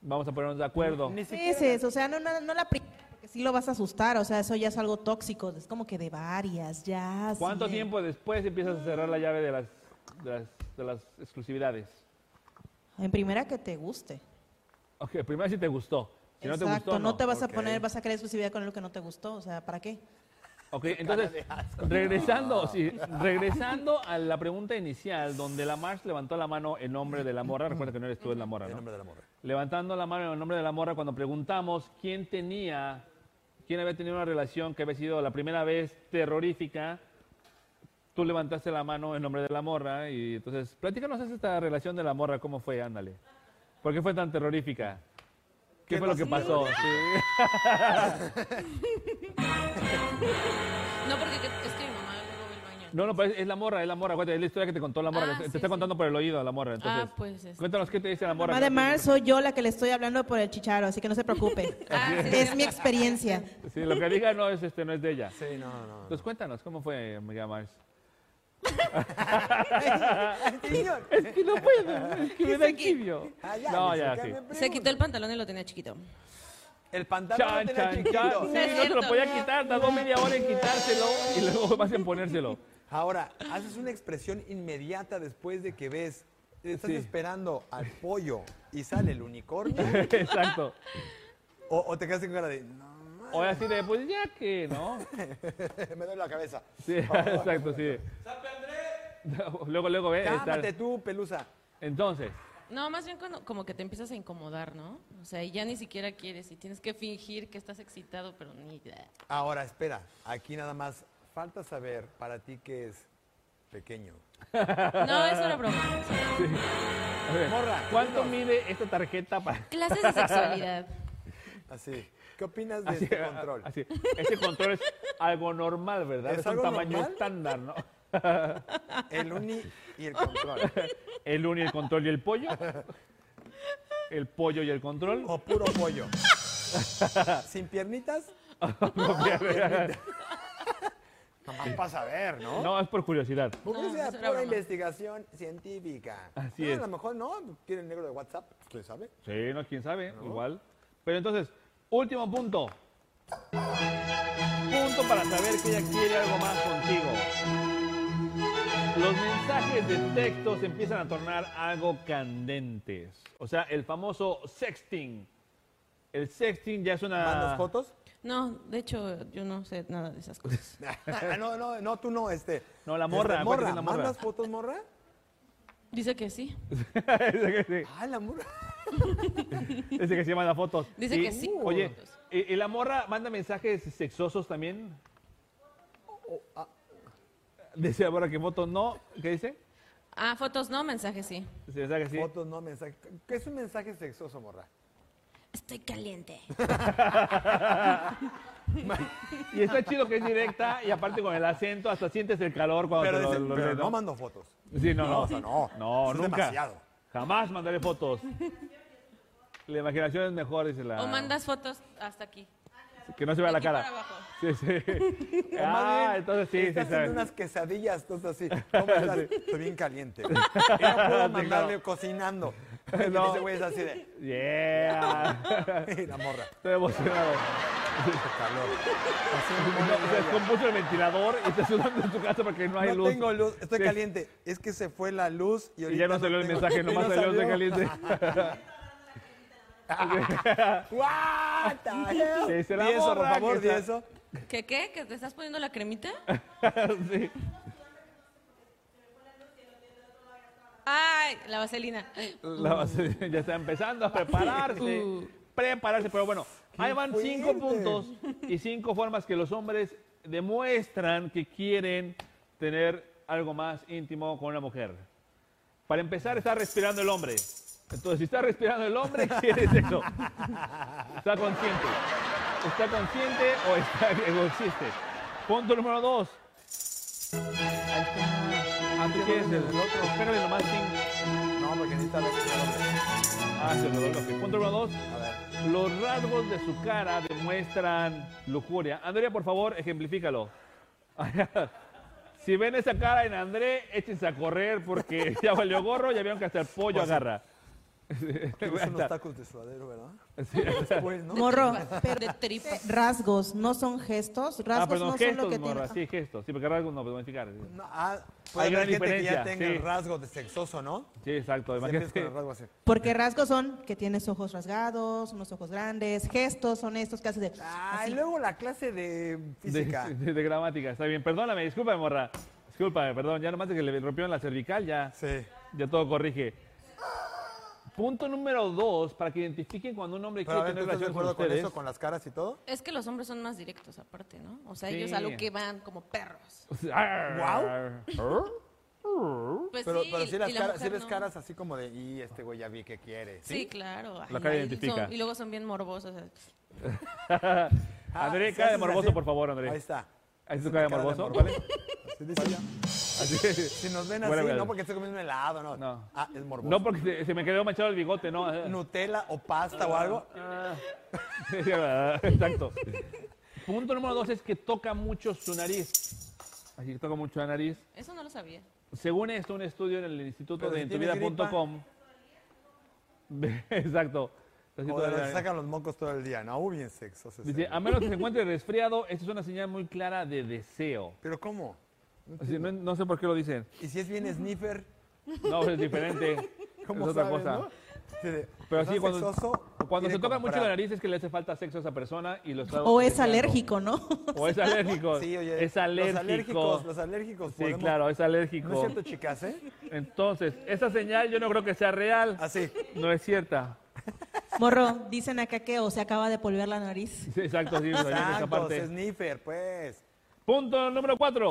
[SPEAKER 1] vamos a ponernos de acuerdo.
[SPEAKER 2] Ni siquiera-
[SPEAKER 3] Veces, o sea, no, no, no la primera, porque sí lo vas a asustar, o sea, eso ya es algo tóxico, es como que de varias, ya. así
[SPEAKER 1] ¿Cuánto
[SPEAKER 3] de-
[SPEAKER 1] tiempo después empiezas a cerrar la llave de las, de las, de las exclusividades?
[SPEAKER 3] En primera que te guste.
[SPEAKER 1] Ok, primero si te gustó. Si no te
[SPEAKER 3] Exacto,
[SPEAKER 1] gustó,
[SPEAKER 3] no te vas
[SPEAKER 2] Ok.
[SPEAKER 3] a poner, vas a crear exclusividad con algo que no te gustó, o sea, ¿para qué?
[SPEAKER 1] Ok, entonces, regresando, sí, regresando a la pregunta inicial, donde la Marsh levantó la mano en nombre de la morra, recuerda que no eres tú, es la morra,
[SPEAKER 2] El
[SPEAKER 1] ¿no?
[SPEAKER 2] nombre de la morra.
[SPEAKER 1] levantando la mano en el nombre de la morra cuando preguntamos quién tenía, quién había tenido una relación que había sido la primera vez terrorífica. Tú levantaste la mano en nombre de la morra y entonces, platícanos esta relación de la morra, cómo fue, ándale. ¿Por qué fue tan terrorífica? ¿Qué,
[SPEAKER 2] ¿Qué
[SPEAKER 1] fue lo que
[SPEAKER 4] pasó?
[SPEAKER 1] pasó? Sí.
[SPEAKER 4] No, porque que- es que mi mamá luego ve el baño.
[SPEAKER 1] No, no, pero es, es la morra, es la morra. Acuérdate, es la historia que te contó la morra.
[SPEAKER 4] Ah,
[SPEAKER 1] te, te
[SPEAKER 4] sí,
[SPEAKER 1] está
[SPEAKER 4] sí.
[SPEAKER 1] contando por el oído la morra. Entonces,
[SPEAKER 4] Ah, pues, este.
[SPEAKER 1] cuéntanos qué te dice la morra.
[SPEAKER 3] Mamá de Mar, soy yo la que le estoy hablando por el chicharo, así que no se preocupe.
[SPEAKER 1] [laughs]
[SPEAKER 4] Ah, sí,
[SPEAKER 3] es
[SPEAKER 4] sí.
[SPEAKER 3] mi experiencia.
[SPEAKER 1] Sí, lo que diga no es, este, no es de ella.
[SPEAKER 2] Sí, no, no.
[SPEAKER 1] Entonces, cuéntanos, ¿cómo fue, amiga Mars?
[SPEAKER 2] Señor,
[SPEAKER 1] Es que no puedo,
[SPEAKER 2] [laughs]
[SPEAKER 1] es que me da tibio.
[SPEAKER 2] Ah, ya,
[SPEAKER 1] No,
[SPEAKER 2] dice
[SPEAKER 1] ya,
[SPEAKER 2] que
[SPEAKER 1] sí.
[SPEAKER 2] me
[SPEAKER 4] Se quitó el pantalón y lo tenía chiquito.
[SPEAKER 2] El pantalón
[SPEAKER 1] Chan,
[SPEAKER 2] lo tenía
[SPEAKER 1] chan, chan.
[SPEAKER 2] chiquito.
[SPEAKER 1] Sí, no se lo
[SPEAKER 4] cierto.
[SPEAKER 1] podía quitar, tardó media hora en quitárselo y luego más en ponérselo. [laughs]
[SPEAKER 2] Ahora, haces una expresión inmediata después de que ves. Estás
[SPEAKER 1] Sí.
[SPEAKER 2] esperando al pollo y sale el unicornio.
[SPEAKER 1] Exacto.
[SPEAKER 2] o, o te quedas con cara de. No,
[SPEAKER 1] O así de, pues ya que, ¿no?
[SPEAKER 2] me duele la cabeza. [laughs]
[SPEAKER 1] Sí, exacto, sí. Luego, luego ve.
[SPEAKER 2] Cálmate
[SPEAKER 1] estar-
[SPEAKER 2] tú, pelusa.
[SPEAKER 1] Entonces,
[SPEAKER 4] No, más bien cuando- como que te empiezas a incomodar, ¿no? O sea, y ya ni siquiera quieres y tienes que fingir que estás excitado, pero ni...
[SPEAKER 2] Ahora, espera. Aquí nada más falta saber para ti que es pequeño.
[SPEAKER 4] No, eso era broma.
[SPEAKER 1] a ver,
[SPEAKER 2] Morra,
[SPEAKER 1] ¿cuánto
[SPEAKER 2] dinos.
[SPEAKER 1] mide esta tarjeta para...?
[SPEAKER 4] Clases de sexualidad.
[SPEAKER 2] Así. ¿Qué opinas de
[SPEAKER 1] Así,
[SPEAKER 2] este control?
[SPEAKER 1] [laughs] así. Este control es algo normal, ¿verdad?
[SPEAKER 2] ¿Es
[SPEAKER 1] un
[SPEAKER 2] algo
[SPEAKER 1] tamaño
[SPEAKER 2] normal?
[SPEAKER 1] estándar, ¿no?
[SPEAKER 2] El uni y el control.
[SPEAKER 1] El uno y el control y el
[SPEAKER 2] [laughs]
[SPEAKER 1] pollo. El pollo y el control.
[SPEAKER 2] O puro
[SPEAKER 1] [laughs]
[SPEAKER 2] pollo. Sin piernitas. Nomás para saber, ¿no?
[SPEAKER 1] No, es por curiosidad.
[SPEAKER 2] Por
[SPEAKER 4] No,
[SPEAKER 2] curiosidad,
[SPEAKER 4] eso era
[SPEAKER 2] pura
[SPEAKER 4] broma.
[SPEAKER 2] investigación científica.
[SPEAKER 1] Así
[SPEAKER 2] No,
[SPEAKER 1] es.
[SPEAKER 2] A lo mejor no, tiene el negro de WhatsApp, quién sabe.
[SPEAKER 1] Sí, no, quién sabe, igual. Pero entonces, último punto. Punto para saber que ella quiere algo más contigo. Los mensajes de texto se empiezan a tornar algo candentes. O sea, el famoso sexting. El sexting ya es una... [laughs]
[SPEAKER 2] ¿Mandas fotos? [laughs]
[SPEAKER 4] No, de hecho, yo no sé nada de esas cosas.
[SPEAKER 2] no, no, no, tú no, este.
[SPEAKER 1] No, la morra,
[SPEAKER 2] Este,
[SPEAKER 1] acuérdate
[SPEAKER 2] morra,
[SPEAKER 1] que es la morra.
[SPEAKER 2] ¿mandas fotos, morra?
[SPEAKER 4] Dice que sí.
[SPEAKER 1] Dice que
[SPEAKER 2] Ah, la morra.
[SPEAKER 1] sí, dice que sí manda fotos.
[SPEAKER 4] Dice
[SPEAKER 1] Y,
[SPEAKER 4] que sí.
[SPEAKER 1] Oye, ¿y y la morra manda mensajes sexosos también? Dice la morra que fotos no. ¿Qué dice?
[SPEAKER 4] Ah, fotos no, mensajes sí.
[SPEAKER 1] Dice mensaje sí.
[SPEAKER 2] Fotos, no, mensaje. ¿Qué es un mensaje sexoso, morra?
[SPEAKER 4] Estoy caliente.
[SPEAKER 1] Y está chido que es directa y aparte con el acento hasta sientes el calor cuando
[SPEAKER 2] Pero,
[SPEAKER 1] te lo,
[SPEAKER 2] dice,
[SPEAKER 1] lo-
[SPEAKER 2] pero
[SPEAKER 1] lo-
[SPEAKER 2] no mando fotos.
[SPEAKER 1] Sí, no, no.
[SPEAKER 2] o sea, no.
[SPEAKER 1] No,
[SPEAKER 2] Eso es
[SPEAKER 1] nunca.
[SPEAKER 2] demasiado.
[SPEAKER 1] Jamás mandaré fotos. La imaginación es mejor, dice la.
[SPEAKER 4] O mandas fotos hasta aquí.
[SPEAKER 1] Que no se vea la
[SPEAKER 4] aquí
[SPEAKER 1] cara.
[SPEAKER 4] para abajo.
[SPEAKER 1] Sí, sí.
[SPEAKER 2] O más
[SPEAKER 1] ah,
[SPEAKER 2] bien,
[SPEAKER 1] entonces sí,
[SPEAKER 2] está
[SPEAKER 1] sí,
[SPEAKER 2] haciendo
[SPEAKER 1] sí.
[SPEAKER 2] unas quesadillas, entonces
[SPEAKER 1] [laughs]
[SPEAKER 2] así. ¿Cómo estás? Estoy bien caliente. güey. Y no puedo mandarle
[SPEAKER 1] [laughs]
[SPEAKER 2] cocinando. Y
[SPEAKER 1] No.
[SPEAKER 2] Ese güey es así de. [laughs]
[SPEAKER 1] Yeah.
[SPEAKER 2] y la morra.
[SPEAKER 1] Estoy emocionado.
[SPEAKER 2] Calor.
[SPEAKER 1] [laughs] No, se descompuso el ventilador y está sudando en tu casa porque no hay
[SPEAKER 2] No
[SPEAKER 1] luz.
[SPEAKER 2] tengo luz, estoy
[SPEAKER 1] Sí.
[SPEAKER 2] caliente. Es que se fue la luz y
[SPEAKER 1] Y
[SPEAKER 2] ahorita
[SPEAKER 1] ya no salió el
[SPEAKER 2] tengo-
[SPEAKER 1] mensaje,
[SPEAKER 2] [laughs] y
[SPEAKER 1] nomás
[SPEAKER 2] no
[SPEAKER 1] salió de
[SPEAKER 2] salió.
[SPEAKER 1] caliente.
[SPEAKER 2] [laughs] What the hell?
[SPEAKER 1] Sí, se la
[SPEAKER 2] Di eso, por
[SPEAKER 1] borra,
[SPEAKER 2] favor,
[SPEAKER 1] que
[SPEAKER 2] di
[SPEAKER 1] está-
[SPEAKER 2] eso.
[SPEAKER 4] ¿Qué qué? ¿Que te estás poniendo la cremita?
[SPEAKER 2] [laughs]
[SPEAKER 1] [laughs] Sí.
[SPEAKER 4] Ay, la vaselina.
[SPEAKER 1] [laughs] La base- ya está empezando a prepararse.
[SPEAKER 4] Uh.
[SPEAKER 1] Prepararse, pero bueno, ahí van cinco
[SPEAKER 2] fuerte!
[SPEAKER 1] puntos y cinco formas que los hombres demuestran que quieren tener algo más íntimo con una mujer. Para empezar, está respirando el hombre. Entonces, si está respirando el hombre, quiere sexo. Está consciente. ¿Está consciente o está [laughs] existe? Punto número dos. Ah, tú quieres el otro. Espérale nomás, sin.
[SPEAKER 2] No, porque necesita ver.
[SPEAKER 1] Ah, se lo doy, ok. Punto número dos.
[SPEAKER 2] A
[SPEAKER 1] [laughs]
[SPEAKER 2] ver.
[SPEAKER 1] Los rasgos de su cara demuestran lujuria. Andrea, por favor, ejemplifícalo. [laughs] si ven esa cara en André, échense a correr porque [laughs] ya valió gorro, ya vieron que hasta el
[SPEAKER 3] Pues
[SPEAKER 1] pollo agarra.
[SPEAKER 2] Tienes unos tacos de suadero, ¿verdad?
[SPEAKER 1] Sí, o sea,
[SPEAKER 2] Pues,
[SPEAKER 1] [laughs]
[SPEAKER 2] ¿no?
[SPEAKER 3] Morro,
[SPEAKER 4] Pero de tripas.
[SPEAKER 3] rasgos, no son gestos. Rasgos
[SPEAKER 1] ah, perdón,
[SPEAKER 3] no son lo
[SPEAKER 1] gestos,
[SPEAKER 3] que
[SPEAKER 1] morra,
[SPEAKER 3] tenga-
[SPEAKER 1] sí, gestos. Sí, porque rasgos no, pero modificar. Sí,
[SPEAKER 2] No, ah, puede
[SPEAKER 1] Hay
[SPEAKER 2] haber
[SPEAKER 1] gran
[SPEAKER 2] gente
[SPEAKER 1] diferencia,
[SPEAKER 2] que ya tenga
[SPEAKER 1] sí.
[SPEAKER 2] el rasgo de sexoso, ¿no?
[SPEAKER 1] Sí, exacto.
[SPEAKER 2] Se empieza con
[SPEAKER 1] Imagínate.
[SPEAKER 2] el rasgo así.
[SPEAKER 3] Porque rasgos son que tienes ojos rasgados, unos ojos grandes. Gestos son estos que haces de.
[SPEAKER 2] Ah,
[SPEAKER 3] así.
[SPEAKER 2] y luego la clase de
[SPEAKER 1] [laughs] De,
[SPEAKER 2] física.
[SPEAKER 1] de- de gramática, está bien. Perdóname, discúlpame, morra. Discúlpame, perdón. Ya nomás de que le rompieron la cervical, ya,
[SPEAKER 2] Sí.
[SPEAKER 1] ya todo corrige. Punto número dos, para que identifiquen cuando un hombre
[SPEAKER 2] Pero a
[SPEAKER 1] quiere
[SPEAKER 2] ver, ¿tú
[SPEAKER 1] tener
[SPEAKER 2] estás de
[SPEAKER 1] relaciones con
[SPEAKER 2] acuerdo con
[SPEAKER 1] ustedes.
[SPEAKER 2] eso, con las caras y todo?
[SPEAKER 4] Es que los hombres son más directos aparte, ¿no? O sea, ellos
[SPEAKER 1] Sí.
[SPEAKER 4] a lo que van como perros.
[SPEAKER 1] Arr. ¿Eh?
[SPEAKER 4] Pues
[SPEAKER 2] Pero,
[SPEAKER 4] sí,
[SPEAKER 2] pero sí, las
[SPEAKER 4] y la
[SPEAKER 2] caras,
[SPEAKER 4] mujer
[SPEAKER 2] sí ves
[SPEAKER 4] no.
[SPEAKER 2] caras así como de, y este güey ya vi que quiere.
[SPEAKER 4] ¿Sí? claro.
[SPEAKER 1] La cara
[SPEAKER 4] son-
[SPEAKER 1] identifica.
[SPEAKER 4] y luego son bien morbosos. o sea,
[SPEAKER 1] André,
[SPEAKER 2] Ah,
[SPEAKER 1] cara
[SPEAKER 2] sí,
[SPEAKER 1] de
[SPEAKER 2] haces
[SPEAKER 1] morboso,
[SPEAKER 2] así.
[SPEAKER 1] por favor, André.
[SPEAKER 2] Ahí está.
[SPEAKER 1] Ahí está tu cara de morboso, ¿vale?
[SPEAKER 2] Así dice ya. [laughs]
[SPEAKER 1] Así.
[SPEAKER 2] Si nos ven
[SPEAKER 1] Huele,
[SPEAKER 2] así,
[SPEAKER 1] huele.
[SPEAKER 2] no porque esté comiendo un helado, no.
[SPEAKER 1] No.
[SPEAKER 2] Ah, es morboso.
[SPEAKER 1] No, porque se, se me quedó manchado el bigote, ¿no? [laughs]
[SPEAKER 2] Nutella o pasta o algo.
[SPEAKER 1] [laughs] Exacto. Punto número dos es que toca mucho su nariz. Así que toca mucho la nariz.
[SPEAKER 4] eso no lo sabía.
[SPEAKER 1] Según esto, un estudio en el Instituto
[SPEAKER 2] Pero
[SPEAKER 1] de
[SPEAKER 2] si tienes
[SPEAKER 1] Entuvida.com. [laughs] Exacto. Así
[SPEAKER 2] O de
[SPEAKER 1] toda
[SPEAKER 2] los
[SPEAKER 1] la-
[SPEAKER 2] que sacan los mocos todo el día. No, bien sexos. ese
[SPEAKER 1] Dice, "Ah,
[SPEAKER 2] güey.
[SPEAKER 1] a menos que se encuentre resfriado, esto es una señal muy clara de deseo.
[SPEAKER 2] Pero ¿cómo?
[SPEAKER 1] Así, no, no sé por qué lo dicen.
[SPEAKER 2] ¿Y si es bien sniffer?
[SPEAKER 1] No, pero es diferente.
[SPEAKER 2] [laughs] ¿Cómo
[SPEAKER 1] es otra
[SPEAKER 2] sabes,
[SPEAKER 1] cosa.
[SPEAKER 2] no? Sí, de,
[SPEAKER 1] Pero
[SPEAKER 2] ¿está
[SPEAKER 1] sí, cuando,
[SPEAKER 2] sexoso o
[SPEAKER 1] cuando se
[SPEAKER 2] quiere
[SPEAKER 1] toca mucho la
[SPEAKER 2] comprar?
[SPEAKER 1] nariz es que le hace falta sexo a esa persona y lo está
[SPEAKER 3] O es
[SPEAKER 1] deseando.
[SPEAKER 3] alérgico, ¿no? [laughs]
[SPEAKER 1] O es alérgico.
[SPEAKER 2] Sí, oye.
[SPEAKER 1] es alérgico.
[SPEAKER 2] Los alérgicos, los alérgicos.
[SPEAKER 1] Sí,
[SPEAKER 2] podemos-
[SPEAKER 1] claro, es alérgico.
[SPEAKER 2] ¿No es cierto, chicas, eh?
[SPEAKER 1] Entonces, esa señal yo no creo que sea real.
[SPEAKER 2] Así.
[SPEAKER 1] No es cierta.
[SPEAKER 3] Morro, dicen acá que o se acaba de polvear la nariz.
[SPEAKER 1] Sí, exacto, sí, doña, en esa
[SPEAKER 2] Santos,
[SPEAKER 1] parte.
[SPEAKER 2] sniffer, pues.
[SPEAKER 1] Punto número cuatro.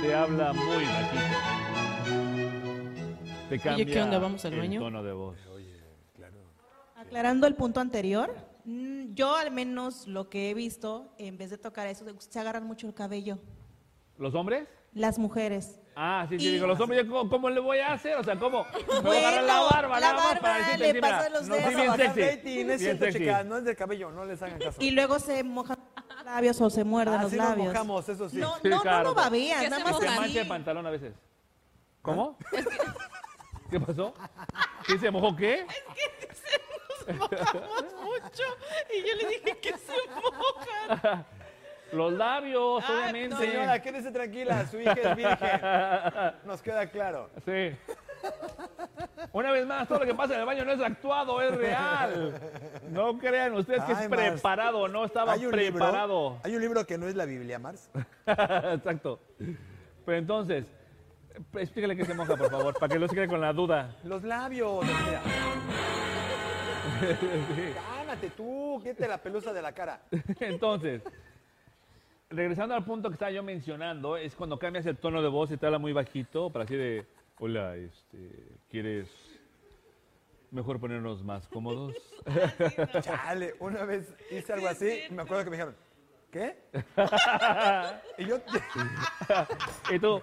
[SPEAKER 1] Te habla muy bajito. Te cambia
[SPEAKER 4] ¿qué onda? ¿Vamos al
[SPEAKER 1] el
[SPEAKER 4] baño?
[SPEAKER 1] tono de voz.
[SPEAKER 3] Aclarando el punto anterior, mm, yo al menos lo que he visto, en vez de tocar eso, se agarran mucho el cabello.
[SPEAKER 1] ¿Los hombres?
[SPEAKER 3] Las mujeres.
[SPEAKER 1] Ah, sí, sí,
[SPEAKER 3] Y-
[SPEAKER 1] digo, los hombres, ¿cómo, cómo le voy a hacer? O sea, ¿cómo? Me voy a agarrar la
[SPEAKER 3] Bueno,
[SPEAKER 1] barba,
[SPEAKER 3] la
[SPEAKER 1] nada más
[SPEAKER 3] barba,
[SPEAKER 1] para decirte
[SPEAKER 3] le
[SPEAKER 1] sí, mira,
[SPEAKER 3] pasas los
[SPEAKER 1] no, sí,
[SPEAKER 3] dedos.
[SPEAKER 1] bien
[SPEAKER 3] Bajar
[SPEAKER 1] sexy.
[SPEAKER 2] Dating, no
[SPEAKER 1] bien
[SPEAKER 2] es cierto,
[SPEAKER 1] sexy.
[SPEAKER 2] chicas, no es del cabello, no les hagan caso.
[SPEAKER 3] Y luego se mojan los labios o se muerden
[SPEAKER 2] Así
[SPEAKER 3] los
[SPEAKER 2] Ah, nos
[SPEAKER 3] labios.
[SPEAKER 2] mojamos, eso sí.
[SPEAKER 3] No,
[SPEAKER 1] Sí,
[SPEAKER 3] no,
[SPEAKER 1] claro.
[SPEAKER 3] no lo babían,
[SPEAKER 4] ¿Qué
[SPEAKER 3] nada
[SPEAKER 4] se
[SPEAKER 3] más
[SPEAKER 1] Se
[SPEAKER 4] mojan?
[SPEAKER 3] así.
[SPEAKER 1] mancha el pantalón a veces. ¿Cómo? ¿Qué pasó? ¿Qué se mojó qué?
[SPEAKER 4] Mojamos mucho y yo le dije que se mojan.
[SPEAKER 1] Los labios, obviamente.
[SPEAKER 2] Señora, quédese tranquila, su hija es virgen. Nos queda claro.
[SPEAKER 1] Sí. Una vez más, todo lo que pasa en el baño no es actuado, es real. No crean ustedes que es
[SPEAKER 2] Ay, Mars.
[SPEAKER 1] preparado, no estaba preparado. [laughs]
[SPEAKER 2] libro. Hay un libro que no es la Biblia, Mars.
[SPEAKER 1] Exacto. Pero entonces, explícale que se moja, por favor, para que no se quede con la duda. [laughs]
[SPEAKER 2] Los labios. Mira,
[SPEAKER 1] Sí.
[SPEAKER 2] cálmate tú, quítate la pelusa de la cara.
[SPEAKER 1] Entonces, regresando al punto que estaba yo mencionando, es cuando cambias el tono de voz y te habla muy bajito, para así de, hola, este, ¿quieres mejor ponernos más cómodos?
[SPEAKER 2] Chale, una vez hice algo así y me acuerdo que me dijeron, ¿qué? [laughs] y yo, [laughs]
[SPEAKER 1] Y tú,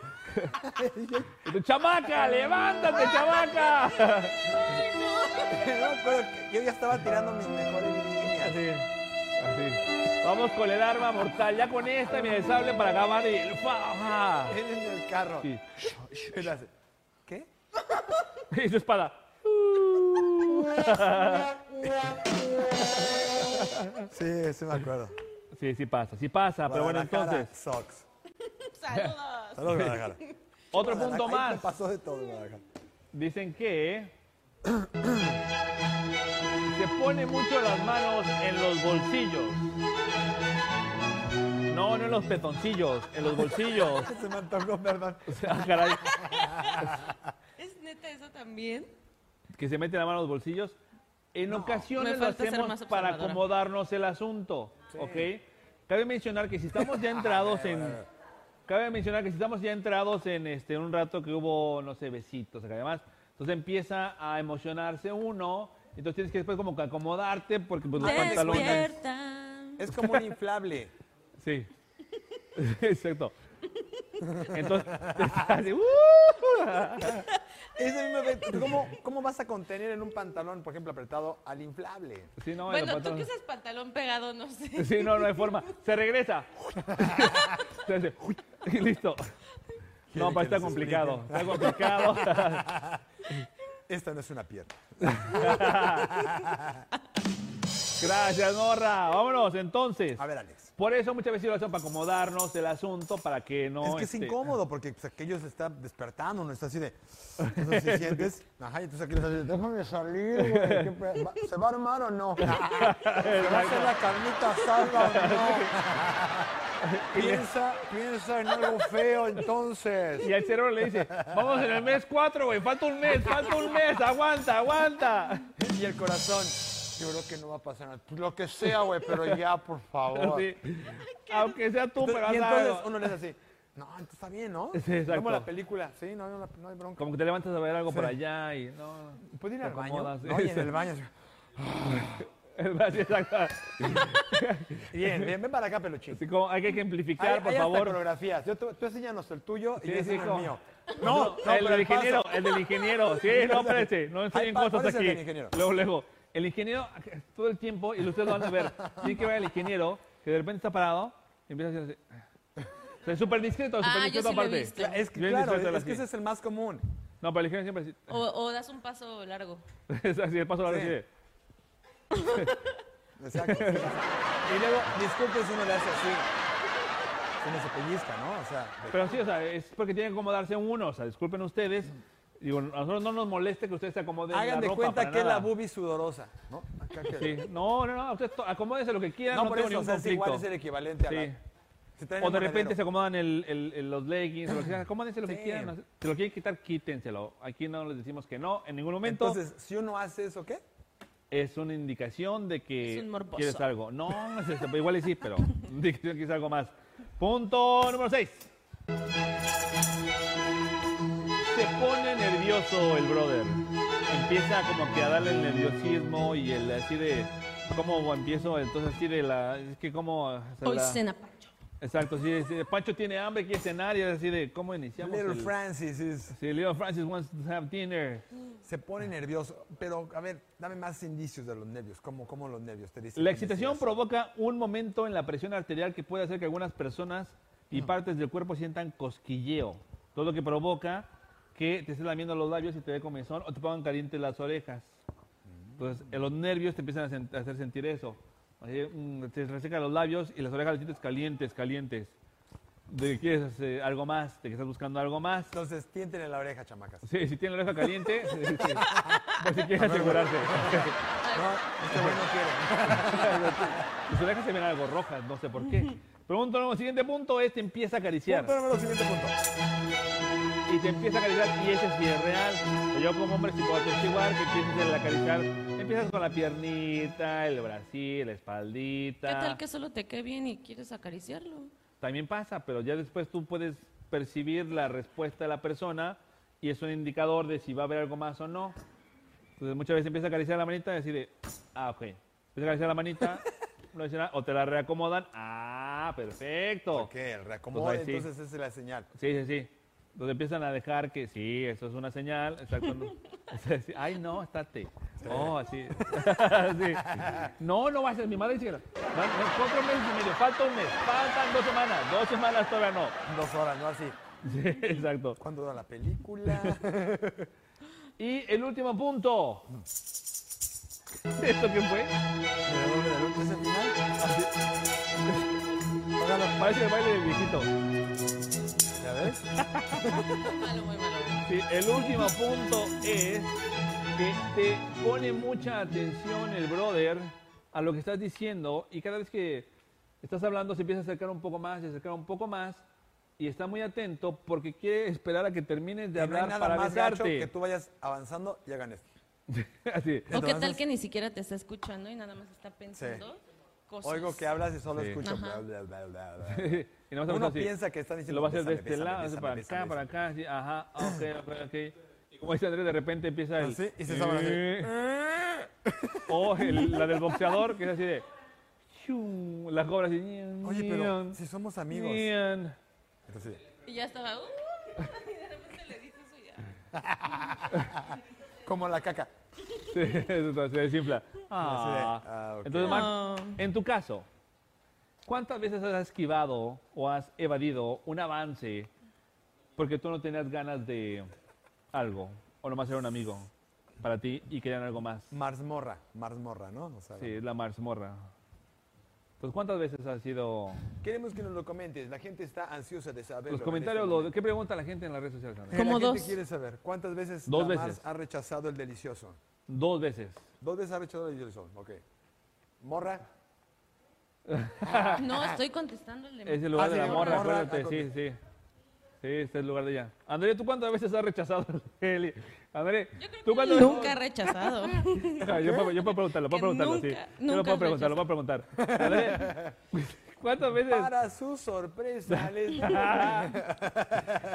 [SPEAKER 1] y tú, chamaca, levántate, chamaca.
[SPEAKER 2] no, pero yo ya estaba tirando mis mejores líneas.
[SPEAKER 1] Así, así. Vamos con el arma mortal, ya con esta me desable para acabar y... ¡fa!
[SPEAKER 2] Él en el carro.
[SPEAKER 1] Sí.
[SPEAKER 2] [laughs] Y le hace, ¿qué?
[SPEAKER 1] Y su espada.
[SPEAKER 2] Sí, sí me acuerdo.
[SPEAKER 1] Sí, sí pasa, sí pasa, pero bueno,
[SPEAKER 2] Guadalajara
[SPEAKER 1] entonces,
[SPEAKER 2] Sucks.
[SPEAKER 4] Saludos.
[SPEAKER 2] Saludos, Guadalajara.
[SPEAKER 1] otro [laughs] punto
[SPEAKER 2] Ahí me
[SPEAKER 1] más.
[SPEAKER 2] pasó de todo, Guadalajara.
[SPEAKER 1] Dicen que se pone mucho las manos en los bolsillos. No, no en los petoncillos, en los bolsillos. [laughs]
[SPEAKER 2] Se me antojó, [laughs] perdón.
[SPEAKER 1] O sea, caray,
[SPEAKER 4] [laughs] ¿Es neta eso también?
[SPEAKER 1] que se mete la mano en los bolsillos. En ocasiones
[SPEAKER 4] Me
[SPEAKER 1] lo
[SPEAKER 4] falta ser
[SPEAKER 1] hacemos
[SPEAKER 4] más
[SPEAKER 1] para
[SPEAKER 4] observadora.
[SPEAKER 1] acomodarnos el asunto, ¿ok? Cabe mencionar que si estamos ya entrados en Cabe mencionar que si estamos ya entrados en este, un rato que hubo, no sé, besitos acá además, entonces empieza a emocionarse uno, entonces tienes que después como que acomodarte porque pues, los pantalones...
[SPEAKER 4] Despierta.
[SPEAKER 6] Es como un inflable.
[SPEAKER 1] Sí. [laughs]
[SPEAKER 4] [laughs]
[SPEAKER 1] Exacto. Entonces, [laughs] así, ¡uh!
[SPEAKER 2] Es el mismo efecto. ¿Cómo, ¿Cómo vas a contener en un pantalón, por ejemplo, apretado al inflable?
[SPEAKER 1] Sí, no, pues, en los
[SPEAKER 4] Bueno, tú que
[SPEAKER 1] pantalones-
[SPEAKER 4] usas pantalón pegado, no sé.
[SPEAKER 1] Sí, no, no hay forma. Se regresa. Se hace, y listo. No, pa, está complicado. Está complicado. [laughs]
[SPEAKER 2] Esta no es una pierna.
[SPEAKER 1] Gracias, Norra. Vámonos, entonces.
[SPEAKER 2] A ver, Alex.
[SPEAKER 1] Por eso muchas veces lo hacen para acomodarnos el asunto, para que no...
[SPEAKER 2] es que es
[SPEAKER 1] este,
[SPEAKER 2] incómodo porque pues, aquello se está despertando, no está así de. Entonces, si sientes.
[SPEAKER 1] [laughs]
[SPEAKER 2] Ajá, y entonces aquí le estás diciendo, déjame salir, güey, ¿qué pe- va- ¿Se va a armar
[SPEAKER 1] [laughs]
[SPEAKER 2] o no? ¿Se va a hacer la carnita asada o
[SPEAKER 1] [laughs]
[SPEAKER 2] no? piensa, piensa en algo feo
[SPEAKER 1] [laughs]
[SPEAKER 2] entonces.
[SPEAKER 1] Y al cerebro le dice, vamos en el mes 4, güey, falta un mes, falta un mes, aguanta, aguanta.
[SPEAKER 2] Y el corazón. Yo creo que no va a pasar nada. Pues, Lo que sea, güey,
[SPEAKER 1] [laughs]
[SPEAKER 2] pero ya, por favor.
[SPEAKER 1] Sí. Aunque sea tú, pero
[SPEAKER 2] y
[SPEAKER 1] haz
[SPEAKER 2] Oh. entonces
[SPEAKER 1] algo.
[SPEAKER 2] uno le
[SPEAKER 1] [laughs]
[SPEAKER 2] hace así. No, entonces está bien, ¿no?
[SPEAKER 1] Sí, exacto.
[SPEAKER 2] Como la película. Sí, no, no, no hay bronca.
[SPEAKER 1] Como que te levantas a ver algo por allá y no.
[SPEAKER 2] ¿Puedo ir
[SPEAKER 1] te
[SPEAKER 2] al baño?
[SPEAKER 1] acomodas,
[SPEAKER 2] No, y en
[SPEAKER 1] sí. [laughs]
[SPEAKER 2] el baño. así.
[SPEAKER 1] Así, exacto.
[SPEAKER 2] Bien, bien, ven para acá, peluchín.
[SPEAKER 1] Así como hay que
[SPEAKER 2] Hay-
[SPEAKER 1] ejemplificar, por
[SPEAKER 2] hay hasta
[SPEAKER 1] favor.
[SPEAKER 2] coreografías. Yo, tú, tú enséñanos el tuyo y
[SPEAKER 1] Sí,
[SPEAKER 2] yo
[SPEAKER 1] sí,
[SPEAKER 2] enseño
[SPEAKER 1] como-
[SPEAKER 2] el mío.
[SPEAKER 1] No, el
[SPEAKER 2] pero
[SPEAKER 1] del ingeniero,
[SPEAKER 2] paso.
[SPEAKER 1] el del ingeniero. Sí,
[SPEAKER 2] [laughs]
[SPEAKER 1] no, espérate, no enseñen
[SPEAKER 2] pa- ¿cuál
[SPEAKER 1] cosas
[SPEAKER 2] es el
[SPEAKER 1] aquí.
[SPEAKER 2] del ingeniero?
[SPEAKER 1] Luego, luego. El ingeniero, todo el tiempo, y ustedes lo van a ver, tiene que ver al ingeniero, que de repente está parado y empieza a hacer así. O sea, es súper discreto, súper
[SPEAKER 4] Ah, yo
[SPEAKER 1] discreto
[SPEAKER 4] sí lo he
[SPEAKER 1] aparte.
[SPEAKER 4] visto.
[SPEAKER 2] Cla- Es que,
[SPEAKER 1] Bien
[SPEAKER 2] claro,
[SPEAKER 1] disfruta la
[SPEAKER 2] es que
[SPEAKER 1] silla.
[SPEAKER 2] ese es el más común.
[SPEAKER 1] No, pero el ingeniero siempre así.
[SPEAKER 4] O, o das un paso largo.
[SPEAKER 1] Es así, el paso largo
[SPEAKER 2] Sí.
[SPEAKER 1] así de-
[SPEAKER 2] Exacto. [laughs] y luego, disculpe si uno le hace así. Si uno se pellizca, ¿no? O sea, de-
[SPEAKER 1] Pero sí, o sea, es porque tienen que acomodarse uno. O sea, disculpen ustedes. Digo, a nosotros no nos moleste que ustedes se acomoden
[SPEAKER 2] hagan
[SPEAKER 1] la
[SPEAKER 2] de
[SPEAKER 1] ropa
[SPEAKER 2] cuenta
[SPEAKER 1] para
[SPEAKER 2] que es la
[SPEAKER 1] nada.
[SPEAKER 2] boobie sudorosa, ¿no? Acá que-
[SPEAKER 1] Sí. No, no, no. Ustedes to- acomódense lo que quieran.
[SPEAKER 2] No,
[SPEAKER 1] No,
[SPEAKER 2] por
[SPEAKER 1] tengo
[SPEAKER 2] eso, o
[SPEAKER 1] ningún
[SPEAKER 2] sea, es igual,
[SPEAKER 1] conflicto.
[SPEAKER 2] es el equivalente a la-
[SPEAKER 1] Sí.
[SPEAKER 2] si traen
[SPEAKER 1] O
[SPEAKER 2] un
[SPEAKER 1] de repente se
[SPEAKER 2] monedero.
[SPEAKER 1] acomodan el- el- el- los leggings, o lo que sea. Acomódense lo que
[SPEAKER 2] Sí.
[SPEAKER 1] quieran. Si lo quieren quitar, quítenselo. Aquí no les decimos que no en ningún momento.
[SPEAKER 2] Entonces, si uno hace eso, ¿qué?
[SPEAKER 1] es una indicación de que
[SPEAKER 4] Es un morboso.
[SPEAKER 1] quieres algo. No, no es eso, igual y sí, pero [laughs] indicación que quieres algo más. Punto número 6. Se pone nervioso el brother. Empieza como que a darle el nerviosismo y el así de cómo empiezo, entonces así de la es que cómo o sea,
[SPEAKER 4] Hoy
[SPEAKER 1] la-
[SPEAKER 4] cena Pancho.
[SPEAKER 1] Exacto, sí, sí, Pancho tiene hambre, quiere cenar y es así de cómo iniciamos.
[SPEAKER 2] Little
[SPEAKER 1] el-
[SPEAKER 2] Francis is-
[SPEAKER 1] Sí, Little Francis wants to have dinner.
[SPEAKER 2] se pone nervioso. Pero, a ver, dame más indicios de los nervios. ¿Cómo, cómo los nervios te dicen?
[SPEAKER 1] La
[SPEAKER 2] que
[SPEAKER 1] excitación
[SPEAKER 2] decías?
[SPEAKER 1] provoca un momento en la presión arterial que puede hacer que algunas personas y partes del cuerpo sientan cosquilleo. Todo lo que provoca que te estés lamiendo los labios y te dé comezón o te pongan calientes las orejas. Entonces, en los nervios te empiezan a, sen- a hacer sentir eso. Así, mm, te resecan los labios y las orejas las sientes calientes, calientes. De que quieres hacer algo más, de que estás buscando algo más.
[SPEAKER 2] Entonces, tiéntenle la oreja, chamacas.
[SPEAKER 1] Sí, si tiene la oreja caliente, sí, sí. pues si quieres asegurarse.
[SPEAKER 2] No, este güey no quiere.
[SPEAKER 1] Sus orejas se ven algo rojas, no sé por qué. Pregunto, no, siguiente punto es, te empieza a acariciar.
[SPEAKER 2] Punto número siguiente punto.
[SPEAKER 1] Y te empieza a acariciar, y ese sí es real. Pero Yo como hombre, si puedo atestiguar que empiezas a acariciar, empiezas con la piernita, el bracito, la espaldita.
[SPEAKER 4] ¿Qué tal que solo te quede bien y quieres acariciarlo?
[SPEAKER 1] También pasa, pero ya después tú puedes percibir la respuesta de la persona y es un indicador de si va a haber algo más o no. Entonces muchas veces empieza a acariciar la manita y decide, ah, ok. Empieza a acariciar la manita, [laughs] no dice nada, o te la reacomodan, ah, perfecto.
[SPEAKER 2] Ok, el reacomodo,
[SPEAKER 1] Pues ahí sí.
[SPEAKER 2] entonces esa es la señal.
[SPEAKER 1] Sí, sí, sí. Entonces empiezan a dejar que sí, eso es una señal. Exacto. no. [laughs] O sea, sí, Ay, no, estate. No, así. [laughs] Sí. No, no va a ser. Mi madre dice que no. Van- van cuatro meses y medio. Falta un mes. Faltan dos semanas. Dos semanas todavía no.
[SPEAKER 2] Dos horas, ¿no? Así.
[SPEAKER 1] [laughs] Sí, exacto.
[SPEAKER 2] ¿Cuándo dura la película?
[SPEAKER 1] Y el último punto. ¿Esto qué fue?
[SPEAKER 2] ¿Redoble de luz? ¿Es el final? Así. Hágalo.
[SPEAKER 1] Parece el baile del viejito.
[SPEAKER 2] ¿Ya ves?
[SPEAKER 4] Malo, muy malo.
[SPEAKER 1] Sí, el último punto es que te pone mucha atención el brother a lo que estás diciendo y cada vez que estás hablando se empieza a acercar un poco más, se acercar un poco más y está muy atento porque quiere esperar a que termines de
[SPEAKER 2] Y no hay
[SPEAKER 1] hablar
[SPEAKER 2] nada
[SPEAKER 1] para
[SPEAKER 2] más gacho que
[SPEAKER 1] besarte.
[SPEAKER 2] tú vayas avanzando y hagan esto.
[SPEAKER 1] [laughs] Así.
[SPEAKER 4] ¿O qué
[SPEAKER 2] Entonces-
[SPEAKER 4] tal que ni siquiera te está escuchando y nada más está pensando cosas.
[SPEAKER 7] Oigo que hablas y solo
[SPEAKER 1] Sí.
[SPEAKER 7] escucho.
[SPEAKER 4] Ajá.
[SPEAKER 7] bla, bla, bla, bla, bla.
[SPEAKER 1] Y nada más
[SPEAKER 7] Uno
[SPEAKER 1] haces así.
[SPEAKER 7] piensa que están diciendo,
[SPEAKER 1] Lo va a hacer de
[SPEAKER 7] "Bésame,
[SPEAKER 1] este
[SPEAKER 7] bésame,
[SPEAKER 1] lado, hace
[SPEAKER 7] bésame,
[SPEAKER 1] para
[SPEAKER 7] bésame,
[SPEAKER 1] acá, para
[SPEAKER 7] bésame".
[SPEAKER 1] acá. sí, ajá, ah, ok, ok, ok. Y como dice Andrés, de repente empieza el.
[SPEAKER 2] Así, Ah, y se sabe así.
[SPEAKER 1] Eh. O el- la del boxeador, que es así de. shum, La cobra así. ñan,
[SPEAKER 2] Oye, pero
[SPEAKER 1] ñan,
[SPEAKER 2] si somos amigos.
[SPEAKER 1] ñan.
[SPEAKER 2] Entonces,
[SPEAKER 4] Y ya estaba. "Uh", y de repente le dices eso y ya.
[SPEAKER 2] como la caca.
[SPEAKER 1] Sí, [laughs] eso se desinfla. Ah.
[SPEAKER 2] ah, ok.
[SPEAKER 1] Entonces, Mark,
[SPEAKER 4] Ah.
[SPEAKER 1] en tu caso, ¿cuántas veces has esquivado o has evadido un avance porque tú no tenías ganas de algo o nomás era un amigo para ti y querían algo más?
[SPEAKER 2] Marsmorra, marsmorra, ¿no? O sea,
[SPEAKER 1] Sí, es la marsmorra. Entonces, ¿cuántas veces has sido...?
[SPEAKER 7] Queremos que nos lo comentes. La gente está ansiosa de saber.
[SPEAKER 1] Los comentarios, lo- ¿qué pregunta la gente en las redes sociales? Andrea?
[SPEAKER 4] Como
[SPEAKER 2] la gente
[SPEAKER 4] dos.
[SPEAKER 2] quiere saber cuántas veces
[SPEAKER 1] Dos
[SPEAKER 2] la Mars
[SPEAKER 1] veces.
[SPEAKER 2] ha rechazado el delicioso.
[SPEAKER 1] Dos veces.
[SPEAKER 2] Dos veces ha rechazado el delicioso. Ok.
[SPEAKER 1] [laughs]
[SPEAKER 2] Morra.
[SPEAKER 4] No, estoy contestando el de
[SPEAKER 1] Es el lugar
[SPEAKER 2] Ah,
[SPEAKER 1] de
[SPEAKER 2] sí,
[SPEAKER 1] la
[SPEAKER 2] la
[SPEAKER 1] morra,
[SPEAKER 2] morra,
[SPEAKER 1] acuérdate,
[SPEAKER 2] ah,
[SPEAKER 1] sí, sí. Sí, este es el lugar de ella. André, ¿tú cuántas veces has rechazado el André,
[SPEAKER 4] Yo creo que
[SPEAKER 1] ¿tú cuántas
[SPEAKER 4] nunca he rechazado.
[SPEAKER 1] Ah, Yo puedo, yo puedo preguntarlo, puedo
[SPEAKER 4] Que
[SPEAKER 1] preguntarlo,
[SPEAKER 4] nunca,
[SPEAKER 1] sí. Yo lo
[SPEAKER 4] nunca
[SPEAKER 1] puedo
[SPEAKER 4] has
[SPEAKER 1] preguntar, lo puedo preguntar. André, [laughs] ¿Cuántas veces?
[SPEAKER 7] Para su
[SPEAKER 1] [laughs]
[SPEAKER 7] sorpresa, les digo.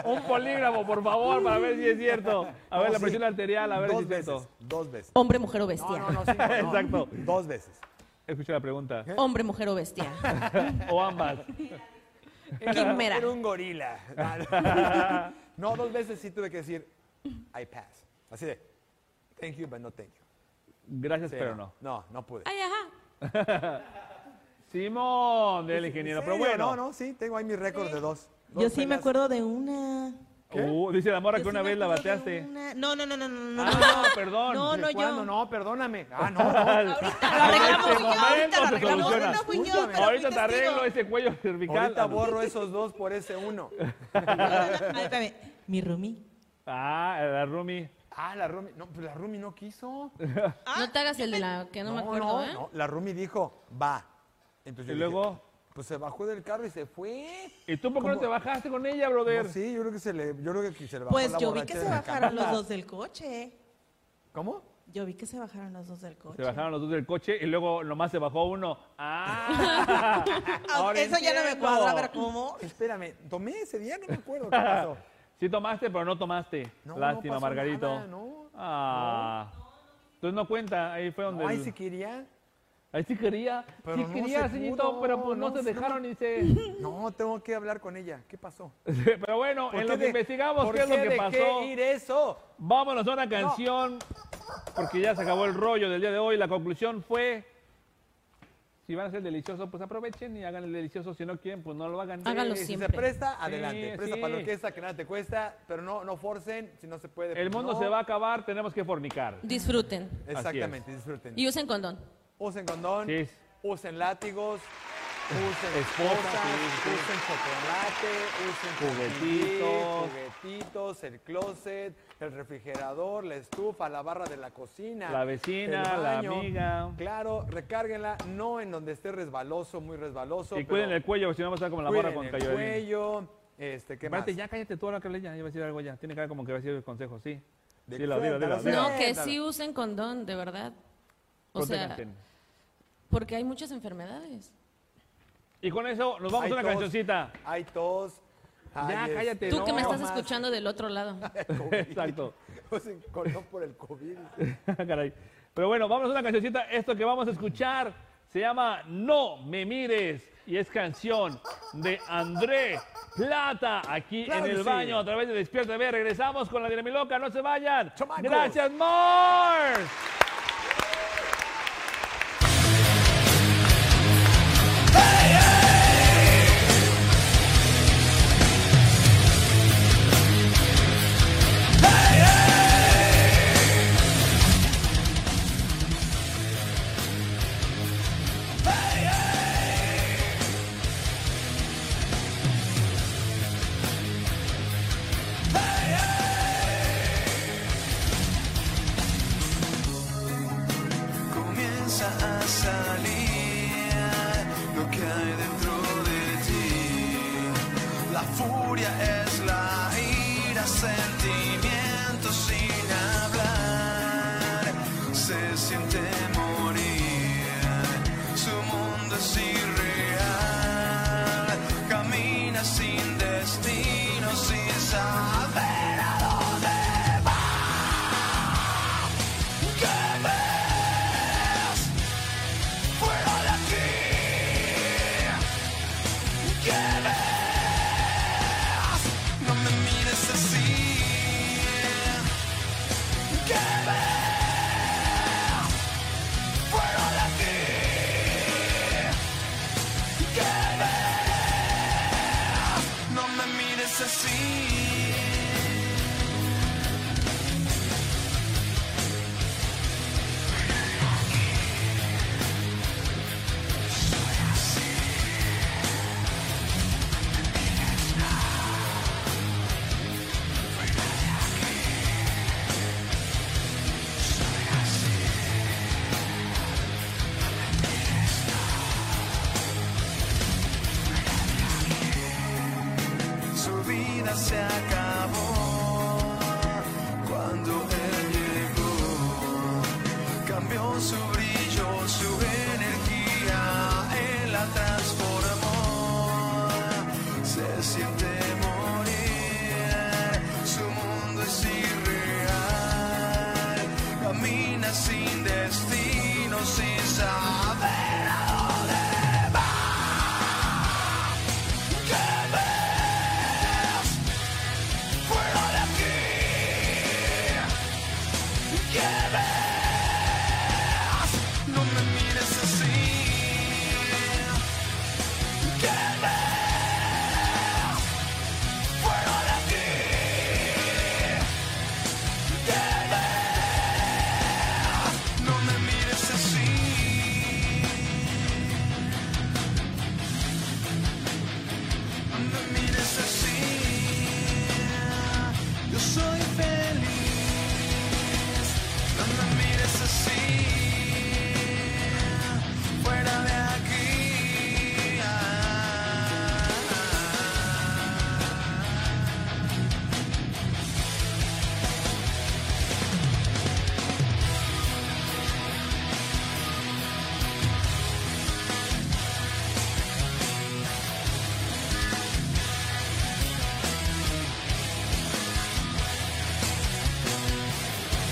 [SPEAKER 1] Un polígrafo, por favor, para ver si es cierto. A ver
[SPEAKER 2] No,
[SPEAKER 1] la
[SPEAKER 2] sí.
[SPEAKER 1] presión arterial, a ver si
[SPEAKER 2] dos
[SPEAKER 1] es
[SPEAKER 2] veces.
[SPEAKER 1] cierto.
[SPEAKER 2] Dos veces.
[SPEAKER 4] Hombre, mujer o bestia.
[SPEAKER 2] No, no, no, sí, no, no.
[SPEAKER 1] Exacto.
[SPEAKER 2] Dos veces.
[SPEAKER 1] Escucha la
[SPEAKER 2] [laughs]
[SPEAKER 1] pregunta.
[SPEAKER 4] Hombre, mujer o bestia.
[SPEAKER 1] O ambas.
[SPEAKER 4] Quimera.
[SPEAKER 7] Era un gorila. Ah, no.
[SPEAKER 1] [laughs]
[SPEAKER 2] No, dos veces sí tuve que decir, I pass. Así de, thank you, but no thank you.
[SPEAKER 1] Gracias,
[SPEAKER 2] Sí,
[SPEAKER 1] pero no.
[SPEAKER 2] No, no pude.
[SPEAKER 4] Ay, ajá.
[SPEAKER 1] Simón, del ingeniero,
[SPEAKER 2] ¿En
[SPEAKER 1] pero
[SPEAKER 2] serio?
[SPEAKER 1] bueno.
[SPEAKER 2] No, no, sí, tengo ahí mi récord de dos.
[SPEAKER 3] Yo
[SPEAKER 2] Dos
[SPEAKER 3] sí me
[SPEAKER 2] pelas.
[SPEAKER 3] acuerdo de una.
[SPEAKER 1] Uh, dice la morra
[SPEAKER 3] yo
[SPEAKER 1] que
[SPEAKER 3] sí
[SPEAKER 1] una
[SPEAKER 3] me
[SPEAKER 1] vez la
[SPEAKER 3] acuerdo de
[SPEAKER 1] bateaste.
[SPEAKER 3] una- No, no, no, no, no, no.
[SPEAKER 1] Ah, no, perdón.
[SPEAKER 3] No,
[SPEAKER 2] ¿De
[SPEAKER 3] no, yo.
[SPEAKER 2] cuándo? No, perdóname. Ah,
[SPEAKER 3] [laughs]
[SPEAKER 2] no, no.
[SPEAKER 1] Este momento
[SPEAKER 3] Ahorita lo arreglamos, yo, ahorita lo
[SPEAKER 1] se
[SPEAKER 3] arreglamos.
[SPEAKER 1] soluciona.
[SPEAKER 3] No, no fui yo,
[SPEAKER 2] Escúchame.
[SPEAKER 1] Ahorita
[SPEAKER 3] pero fui
[SPEAKER 1] te
[SPEAKER 3] testigo.
[SPEAKER 1] arreglo ese cuello cervical.
[SPEAKER 2] Ahorita borro esos dos por ese
[SPEAKER 3] [laughs]
[SPEAKER 2] uno.
[SPEAKER 3] Ay, espérame. Mi Rumi.
[SPEAKER 1] Ah, la Rumi.
[SPEAKER 2] Ah, la Rumi. No, pues la Rumi no quiso. Ah.
[SPEAKER 4] No te hagas el de la que no, me acuerdo,
[SPEAKER 2] no,
[SPEAKER 4] ¿eh?
[SPEAKER 2] no. La Rumi dijo, va. Entonces yo
[SPEAKER 1] ¿Y
[SPEAKER 2] dije,
[SPEAKER 1] luego?
[SPEAKER 2] pues se bajó del carro y se fue.
[SPEAKER 1] ¿Y tú por qué no
[SPEAKER 2] ¿Cómo?
[SPEAKER 1] te bajaste con ella, brother?
[SPEAKER 2] No, sí, yo creo que se le, yo creo que se le bajó
[SPEAKER 3] Pues
[SPEAKER 2] la
[SPEAKER 3] yo vi que
[SPEAKER 2] borrachera
[SPEAKER 3] se
[SPEAKER 2] de la
[SPEAKER 3] bajaron los
[SPEAKER 2] campana.
[SPEAKER 3] dos del coche.
[SPEAKER 2] ¿Cómo?
[SPEAKER 3] Yo vi que se bajaron los dos del coche.
[SPEAKER 1] Se bajaron los dos del coche y luego nomás se bajó uno. ¡Ah!
[SPEAKER 3] Ah, [laughs]
[SPEAKER 1] Ahora
[SPEAKER 3] eso ya no me
[SPEAKER 1] entiendo.
[SPEAKER 3] cuadra, pero ¿cómo?
[SPEAKER 2] Espérame, tomé ese día, no me
[SPEAKER 1] [laughs]
[SPEAKER 2] acuerdo qué pasó.
[SPEAKER 1] Sí tomaste, pero no tomaste.
[SPEAKER 2] No,
[SPEAKER 1] Lástima,
[SPEAKER 2] no pasó
[SPEAKER 1] Margarito.
[SPEAKER 2] nada, no.
[SPEAKER 1] Ah. Entonces no cuenta, ahí fue donde...
[SPEAKER 2] No, ahí
[SPEAKER 1] el-
[SPEAKER 2] sí quería.
[SPEAKER 1] ahí sí quería,
[SPEAKER 2] Pero
[SPEAKER 1] sí
[SPEAKER 2] no
[SPEAKER 1] quería,
[SPEAKER 2] se
[SPEAKER 1] señorito,
[SPEAKER 2] pudo,
[SPEAKER 1] pero pues no,
[SPEAKER 2] no
[SPEAKER 1] se
[SPEAKER 2] se-
[SPEAKER 1] dejaron y se...
[SPEAKER 2] [laughs] No, tengo que hablar con ella. ¿Qué pasó?
[SPEAKER 1] pero bueno,
[SPEAKER 2] ¿Por
[SPEAKER 1] en lo que
[SPEAKER 2] de-
[SPEAKER 1] investigamos
[SPEAKER 2] por
[SPEAKER 1] qué es lo que
[SPEAKER 2] dejé
[SPEAKER 1] pasó,
[SPEAKER 2] ir eso?
[SPEAKER 1] vámonos a una canción, porque ya se acabó el rollo del día de hoy. La conclusión fue... Si van a ser deliciosos, pues aprovechen y hagan el delicioso. Si no quieren, pues no lo hagan.
[SPEAKER 4] Háganlo
[SPEAKER 2] Si se
[SPEAKER 4] Siempre.
[SPEAKER 2] presta, adelante.
[SPEAKER 1] Sí,
[SPEAKER 2] presta
[SPEAKER 1] sí.
[SPEAKER 2] para la orquesta, que nada te cuesta, pero no, no forcen, si no se puede.
[SPEAKER 1] El
[SPEAKER 2] pues
[SPEAKER 1] mundo
[SPEAKER 2] no.
[SPEAKER 1] se va a acabar, tenemos que fornicar.
[SPEAKER 4] Disfruten.
[SPEAKER 2] Exactamente, disfruten.
[SPEAKER 4] Y usen condón.
[SPEAKER 2] Usen condón,
[SPEAKER 1] Sí.
[SPEAKER 2] usen látigos, usen
[SPEAKER 1] Esposa,
[SPEAKER 2] esposas,
[SPEAKER 1] sí, sí.
[SPEAKER 2] usen chocolate, usen
[SPEAKER 1] Juguetitos.
[SPEAKER 2] confití, juguetitos, el closet, el refrigerador, la estufa, la barra de la cocina,
[SPEAKER 1] La vecina,
[SPEAKER 2] el
[SPEAKER 1] la
[SPEAKER 2] baño.
[SPEAKER 1] amiga.
[SPEAKER 2] Claro, recárguenla, no en donde esté resbaloso, muy resbaloso.
[SPEAKER 1] Y cuiden
[SPEAKER 2] pero
[SPEAKER 1] el cuello, porque si no vamos a estar como la
[SPEAKER 2] cuiden
[SPEAKER 1] morra con
[SPEAKER 2] el
[SPEAKER 1] Cayorín.
[SPEAKER 2] cuello, este, ¿qué más?
[SPEAKER 1] Espérate, ya cállate tú ahora que hablé ya, iba a decir algo ya. Tiene que ver como que va a decir el consejo, sí.
[SPEAKER 2] De-
[SPEAKER 1] Dilo, dilo, dilo,
[SPEAKER 2] suéltalo,
[SPEAKER 1] dilo.
[SPEAKER 4] No, que
[SPEAKER 2] Claro.
[SPEAKER 4] sí usen condón, de verdad. O sea,
[SPEAKER 1] Protéjanse.
[SPEAKER 4] porque hay muchas enfermedades.
[SPEAKER 1] Y con eso nos vamos
[SPEAKER 2] Hay
[SPEAKER 1] a una
[SPEAKER 2] tos,
[SPEAKER 1] cancioncita.
[SPEAKER 2] Hay tos.
[SPEAKER 1] Ya,
[SPEAKER 2] hay,
[SPEAKER 1] cállate,
[SPEAKER 2] este,
[SPEAKER 4] Tú que me estás
[SPEAKER 2] bromas,
[SPEAKER 4] escuchando del otro lado.
[SPEAKER 2] COVID. [laughs]
[SPEAKER 1] Exacto.
[SPEAKER 2] Usen condón por el COVID.
[SPEAKER 1] [laughs] Caray. Pero bueno, vamos a una cancioncita. Esto que vamos a escuchar se llama No me mires y es canción de André Plata aquí
[SPEAKER 2] Claro
[SPEAKER 1] en
[SPEAKER 2] que
[SPEAKER 1] el
[SPEAKER 2] sí.
[SPEAKER 1] baño a través de Despierta B. Regresamos con la Dinamiloca, no se vayan.
[SPEAKER 2] Chamacos.
[SPEAKER 1] Gracias, Mars.
[SPEAKER 8] comienza a salir lo que hay dentro de ti. La furia es la ira, sentimientos sin hablar. Se siente morir, su mundo es irreal. Camina sin destino, sin saber a dónde va. ¿Qué ves? Fuera de aquí. ¿Qué ves? No me mires así. ¿Qué ves? Fuera de aquí. ¿Qué ves? No me mires así. su vida se acabó cuando él llegó. Cambió su brillo, su energía, él la transformó. Se siente morir, su mundo es irreal. Camina sin destino, sin saber a dónde va. ¿Qué fuera de aquí. ¿Qué ves? No me mires así. ¿Qué ves? Fuera de aquí. ¿Qué ves? No me mires así. No me mires así. Yo soy feliz. No me mires así. Fuera de aquí.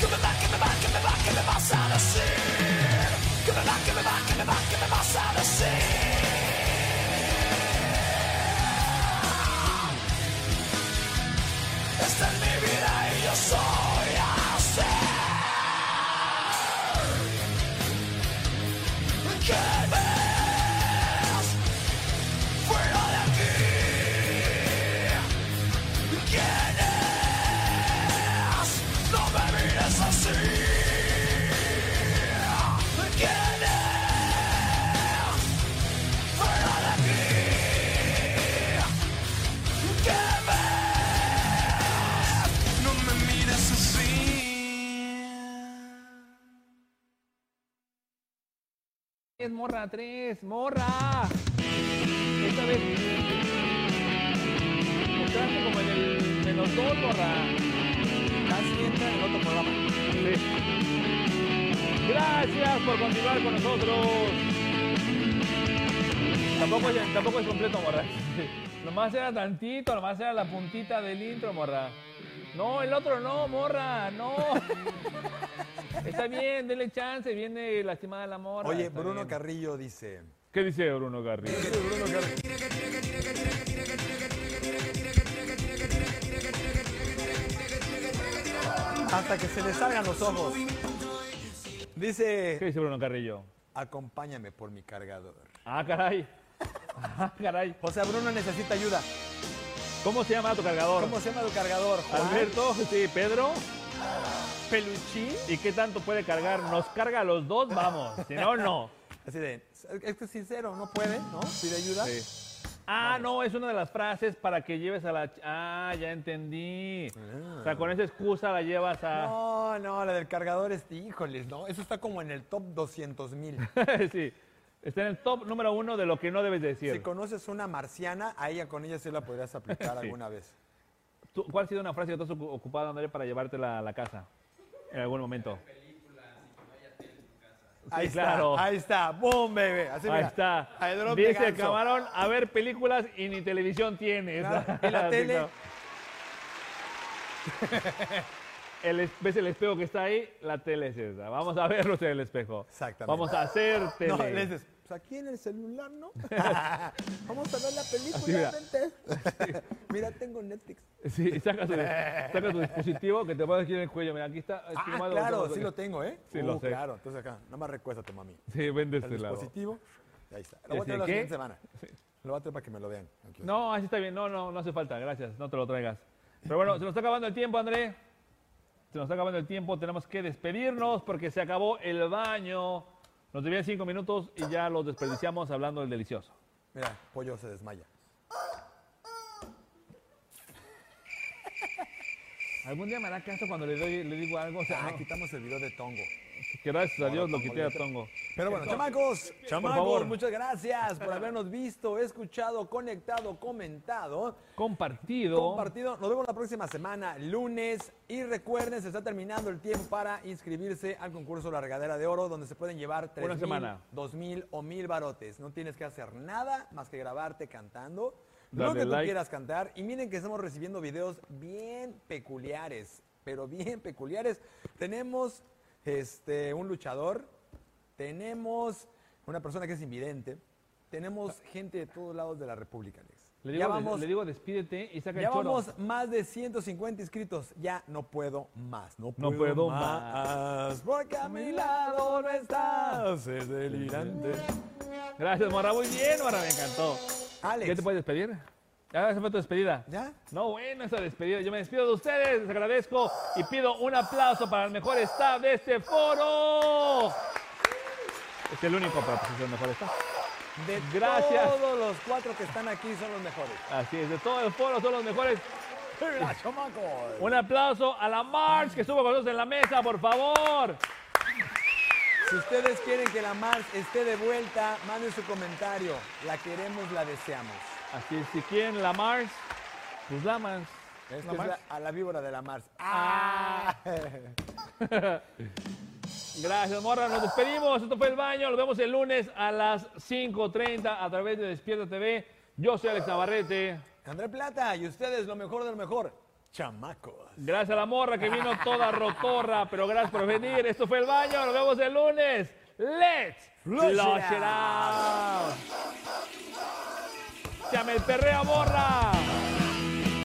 [SPEAKER 8] ¿Qué me va, qué me va, qué me va, qué me vas a decir? ¿Qué me va, qué me va, qué me va, qué me vas a decir? Esta es mi vida y yo soy así. ¿Qué ves? Fuera de aquí. ¿Quién es? No me mires así. ¿Quién es? Fuera de aquí. ¿Qué ves? No me mires así.
[SPEAKER 1] Es morra 3, morra. Esta vez. Entraste como en el menos dos, morra.
[SPEAKER 9] Casi entra en el otro programa.
[SPEAKER 1] Sí. Gracias por continuar con nosotros. Tampoco es, tampoco es completo, morra. Nomás era tantito, nomás era la puntita del intro, morra. No, el otro no, morra, [laughs] no. Está bien, denle chance, viene lastimada la morra.
[SPEAKER 2] Oye,
[SPEAKER 1] está
[SPEAKER 2] Bruno
[SPEAKER 1] bien.
[SPEAKER 2] Carrillo dice.
[SPEAKER 1] ¿Qué dice Bruno Garrido?
[SPEAKER 2] Hasta que se le salgan los ojos.
[SPEAKER 1] ¿Qué
[SPEAKER 2] Dice,
[SPEAKER 1] dice Bruno Carrillo?
[SPEAKER 2] acompáñame por mi cargador.
[SPEAKER 1] Ah, caray. [laughs] Ah, caray.
[SPEAKER 2] O sea, Bruno necesita ayuda.
[SPEAKER 1] ¿Cómo se llama tu cargador?
[SPEAKER 2] ¿Cómo se llama tu cargador? Juan?
[SPEAKER 1] Alberto, sí, Pedro.
[SPEAKER 2] Peluchín.
[SPEAKER 1] ¿Y qué tanto puede cargar? ¿Nos carga a los dos? Vamos. Si no, no.
[SPEAKER 2] Así de, es que es sincero, no puede, ¿no? Pide ayuda.
[SPEAKER 1] Ah, no, es una de las frases para que lleves a la... ch- Ah, ya entendí. O sea, con esa excusa la llevas a...
[SPEAKER 2] No, no, la del cargador es, híjoles, ¿no? Eso está como en el top 200 mil.
[SPEAKER 1] [laughs] sí. Está en el top número uno de lo que no debes decir.
[SPEAKER 2] Si conoces una marciana, a ella con ella sí la podrías
[SPEAKER 1] [laughs]
[SPEAKER 2] aplicar
[SPEAKER 1] Sí.
[SPEAKER 2] alguna vez.
[SPEAKER 1] ¿Tú- ¿Cuál ha sido una frase que tú has ocu- ocupado, André, para llevártela a la casa? En algún momento.
[SPEAKER 2] Ahí
[SPEAKER 1] Sí,
[SPEAKER 2] está,
[SPEAKER 1] claro.
[SPEAKER 2] ahí está. Boom, bebé. Así
[SPEAKER 1] Ahí
[SPEAKER 2] Este, mira.
[SPEAKER 1] está.
[SPEAKER 2] I drop the
[SPEAKER 1] Dice el
[SPEAKER 2] ganso.
[SPEAKER 1] camarón, a ver películas y ni televisión tiene. [laughs]
[SPEAKER 2] Nada, y la
[SPEAKER 1] Así
[SPEAKER 2] tele.
[SPEAKER 1] no.
[SPEAKER 2] [laughs]
[SPEAKER 1] El es- ¿Ves el espejo que está ahí? La tele es esa. Vamos a vernos en el espejo.
[SPEAKER 2] Exactamente.
[SPEAKER 1] Vamos a hacer tele.
[SPEAKER 2] [laughs] No, le dices, pues aquí en el
[SPEAKER 1] [laughs]
[SPEAKER 2] celular, ¿no? [laughs] Vamos a ver la
[SPEAKER 1] Así, mira.
[SPEAKER 2] película, vente. [laughs] mira, tengo Netflix.
[SPEAKER 1] Sí, y saca tu, saca
[SPEAKER 2] [laughs]
[SPEAKER 1] tu dispositivo que te pones aquí en el cuello. Mira, aquí está.
[SPEAKER 2] Ah,
[SPEAKER 1] aquí nomás
[SPEAKER 2] claro,
[SPEAKER 1] vamos a-
[SPEAKER 2] sí lo tengo, ¿eh?
[SPEAKER 1] Sí, lo
[SPEAKER 2] Uh,
[SPEAKER 1] sé.
[SPEAKER 2] Claro, entonces acá, nada más recuéstate, mami.
[SPEAKER 1] Sí, ven de
[SPEAKER 2] El
[SPEAKER 1] este lado.
[SPEAKER 2] dispositivo, y ahí está. Lo
[SPEAKER 1] ¿Y
[SPEAKER 2] voy a
[SPEAKER 1] así
[SPEAKER 2] traer
[SPEAKER 1] de
[SPEAKER 2] la
[SPEAKER 1] qué?
[SPEAKER 2] siguiente semana. Lo voy a traer para que me lo vean. Aquí.
[SPEAKER 1] No, así está bien. No, no, no hace falta. Gracias. No te lo traigas. Pero bueno, se nos está acabando el tiempo, André. Se nos está acabando el tiempo. Tenemos que despedirnos porque se acabó el baño. Nos debían cinco minutos y ya los desperdiciamos hablando del delicioso.
[SPEAKER 2] Mira, pollo se desmaya.
[SPEAKER 1] ¿Algún día me hará caso cuando le, doy- le digo algo? O sea,
[SPEAKER 2] Ah,
[SPEAKER 1] no.
[SPEAKER 2] quitamos el video de Tongo.
[SPEAKER 1] Que gracias a Dios lo
[SPEAKER 2] Tongo,
[SPEAKER 1] quité a
[SPEAKER 2] olvídate.
[SPEAKER 1] Tongo.
[SPEAKER 2] Pero bueno, chamacos, chamacos,
[SPEAKER 1] favor.
[SPEAKER 2] muchas gracias por habernos visto, escuchado, conectado, comentado.
[SPEAKER 1] Compartido.
[SPEAKER 2] compartido. Nos vemos la próxima semana, lunes. Y recuerden, se está terminando el tiempo para inscribirse al concurso La Regadera de Oro, donde se pueden llevar
[SPEAKER 1] Una
[SPEAKER 2] 3 mil,
[SPEAKER 1] semana.
[SPEAKER 2] 2 mil o mil barotes. No tienes que hacer nada más que grabarte cantando. lo
[SPEAKER 1] Dale
[SPEAKER 2] que
[SPEAKER 1] like.
[SPEAKER 2] tú quieras cantar. Y miren que estamos recibiendo videos bien peculiares, pero bien peculiares. Tenemos este, un luchador, tenemos una persona que es invidente, tenemos gente de todos lados de la República, Alex.
[SPEAKER 1] Ah. Le
[SPEAKER 2] Ya
[SPEAKER 1] digo,
[SPEAKER 2] vamos-
[SPEAKER 1] le digo despídete y saca
[SPEAKER 2] ya
[SPEAKER 1] el choro.
[SPEAKER 2] vamos más de 1150 inscritos. Ya no puedo más. No
[SPEAKER 1] No
[SPEAKER 2] puedo,
[SPEAKER 1] puedo
[SPEAKER 2] más. Porque a mi lado no estás. Es delirante.
[SPEAKER 1] Gracias, Morra. Muy bien, Morra. Me encantó.
[SPEAKER 2] Alex.
[SPEAKER 1] ¿Ya te puedes despedir? Ya se fue tu despedida.
[SPEAKER 2] ¿Ya?
[SPEAKER 1] No, bueno, esa despedida. Yo me despido de ustedes, les agradezco y pido un aplauso para el mejor staff de este foro. Es el único, pero pues es el mejor staff.
[SPEAKER 2] De
[SPEAKER 1] Gracias.
[SPEAKER 2] todos los cuatro que están aquí son los
[SPEAKER 1] [laughs]
[SPEAKER 2] mejores.
[SPEAKER 1] Así es, de todo el foro son los mejores.
[SPEAKER 2] ¡Hola, chamacos!
[SPEAKER 1] Un aplauso a la March que estuvo con nosotros en la mesa, por favor.
[SPEAKER 2] Si ustedes quieren que la Mars esté de vuelta, manden su comentario. La queremos, la deseamos.
[SPEAKER 1] Así es, si quieren la March, pues la Mars.
[SPEAKER 2] Es
[SPEAKER 1] ¿La
[SPEAKER 2] que es
[SPEAKER 1] Mars?
[SPEAKER 2] la- a la víbora de la Mars. Ah,
[SPEAKER 1] Ah. [laughs] Gracias, Morra. Nos despedimos. Esto fue El Baño. Nos vemos el lunes a las 5.30 a través de Despierta TV. Yo soy Alex Navarrete.
[SPEAKER 2] André Plata, y ustedes lo mejor de lo mejor. Chamacos.
[SPEAKER 1] Gracias a la morra que vino toda rotorra, pero gracias por venir. Esto fue El Baño. Nos vemos el lunes. Let's
[SPEAKER 2] Flush it
[SPEAKER 1] flush it out. Llame el perreo, morra.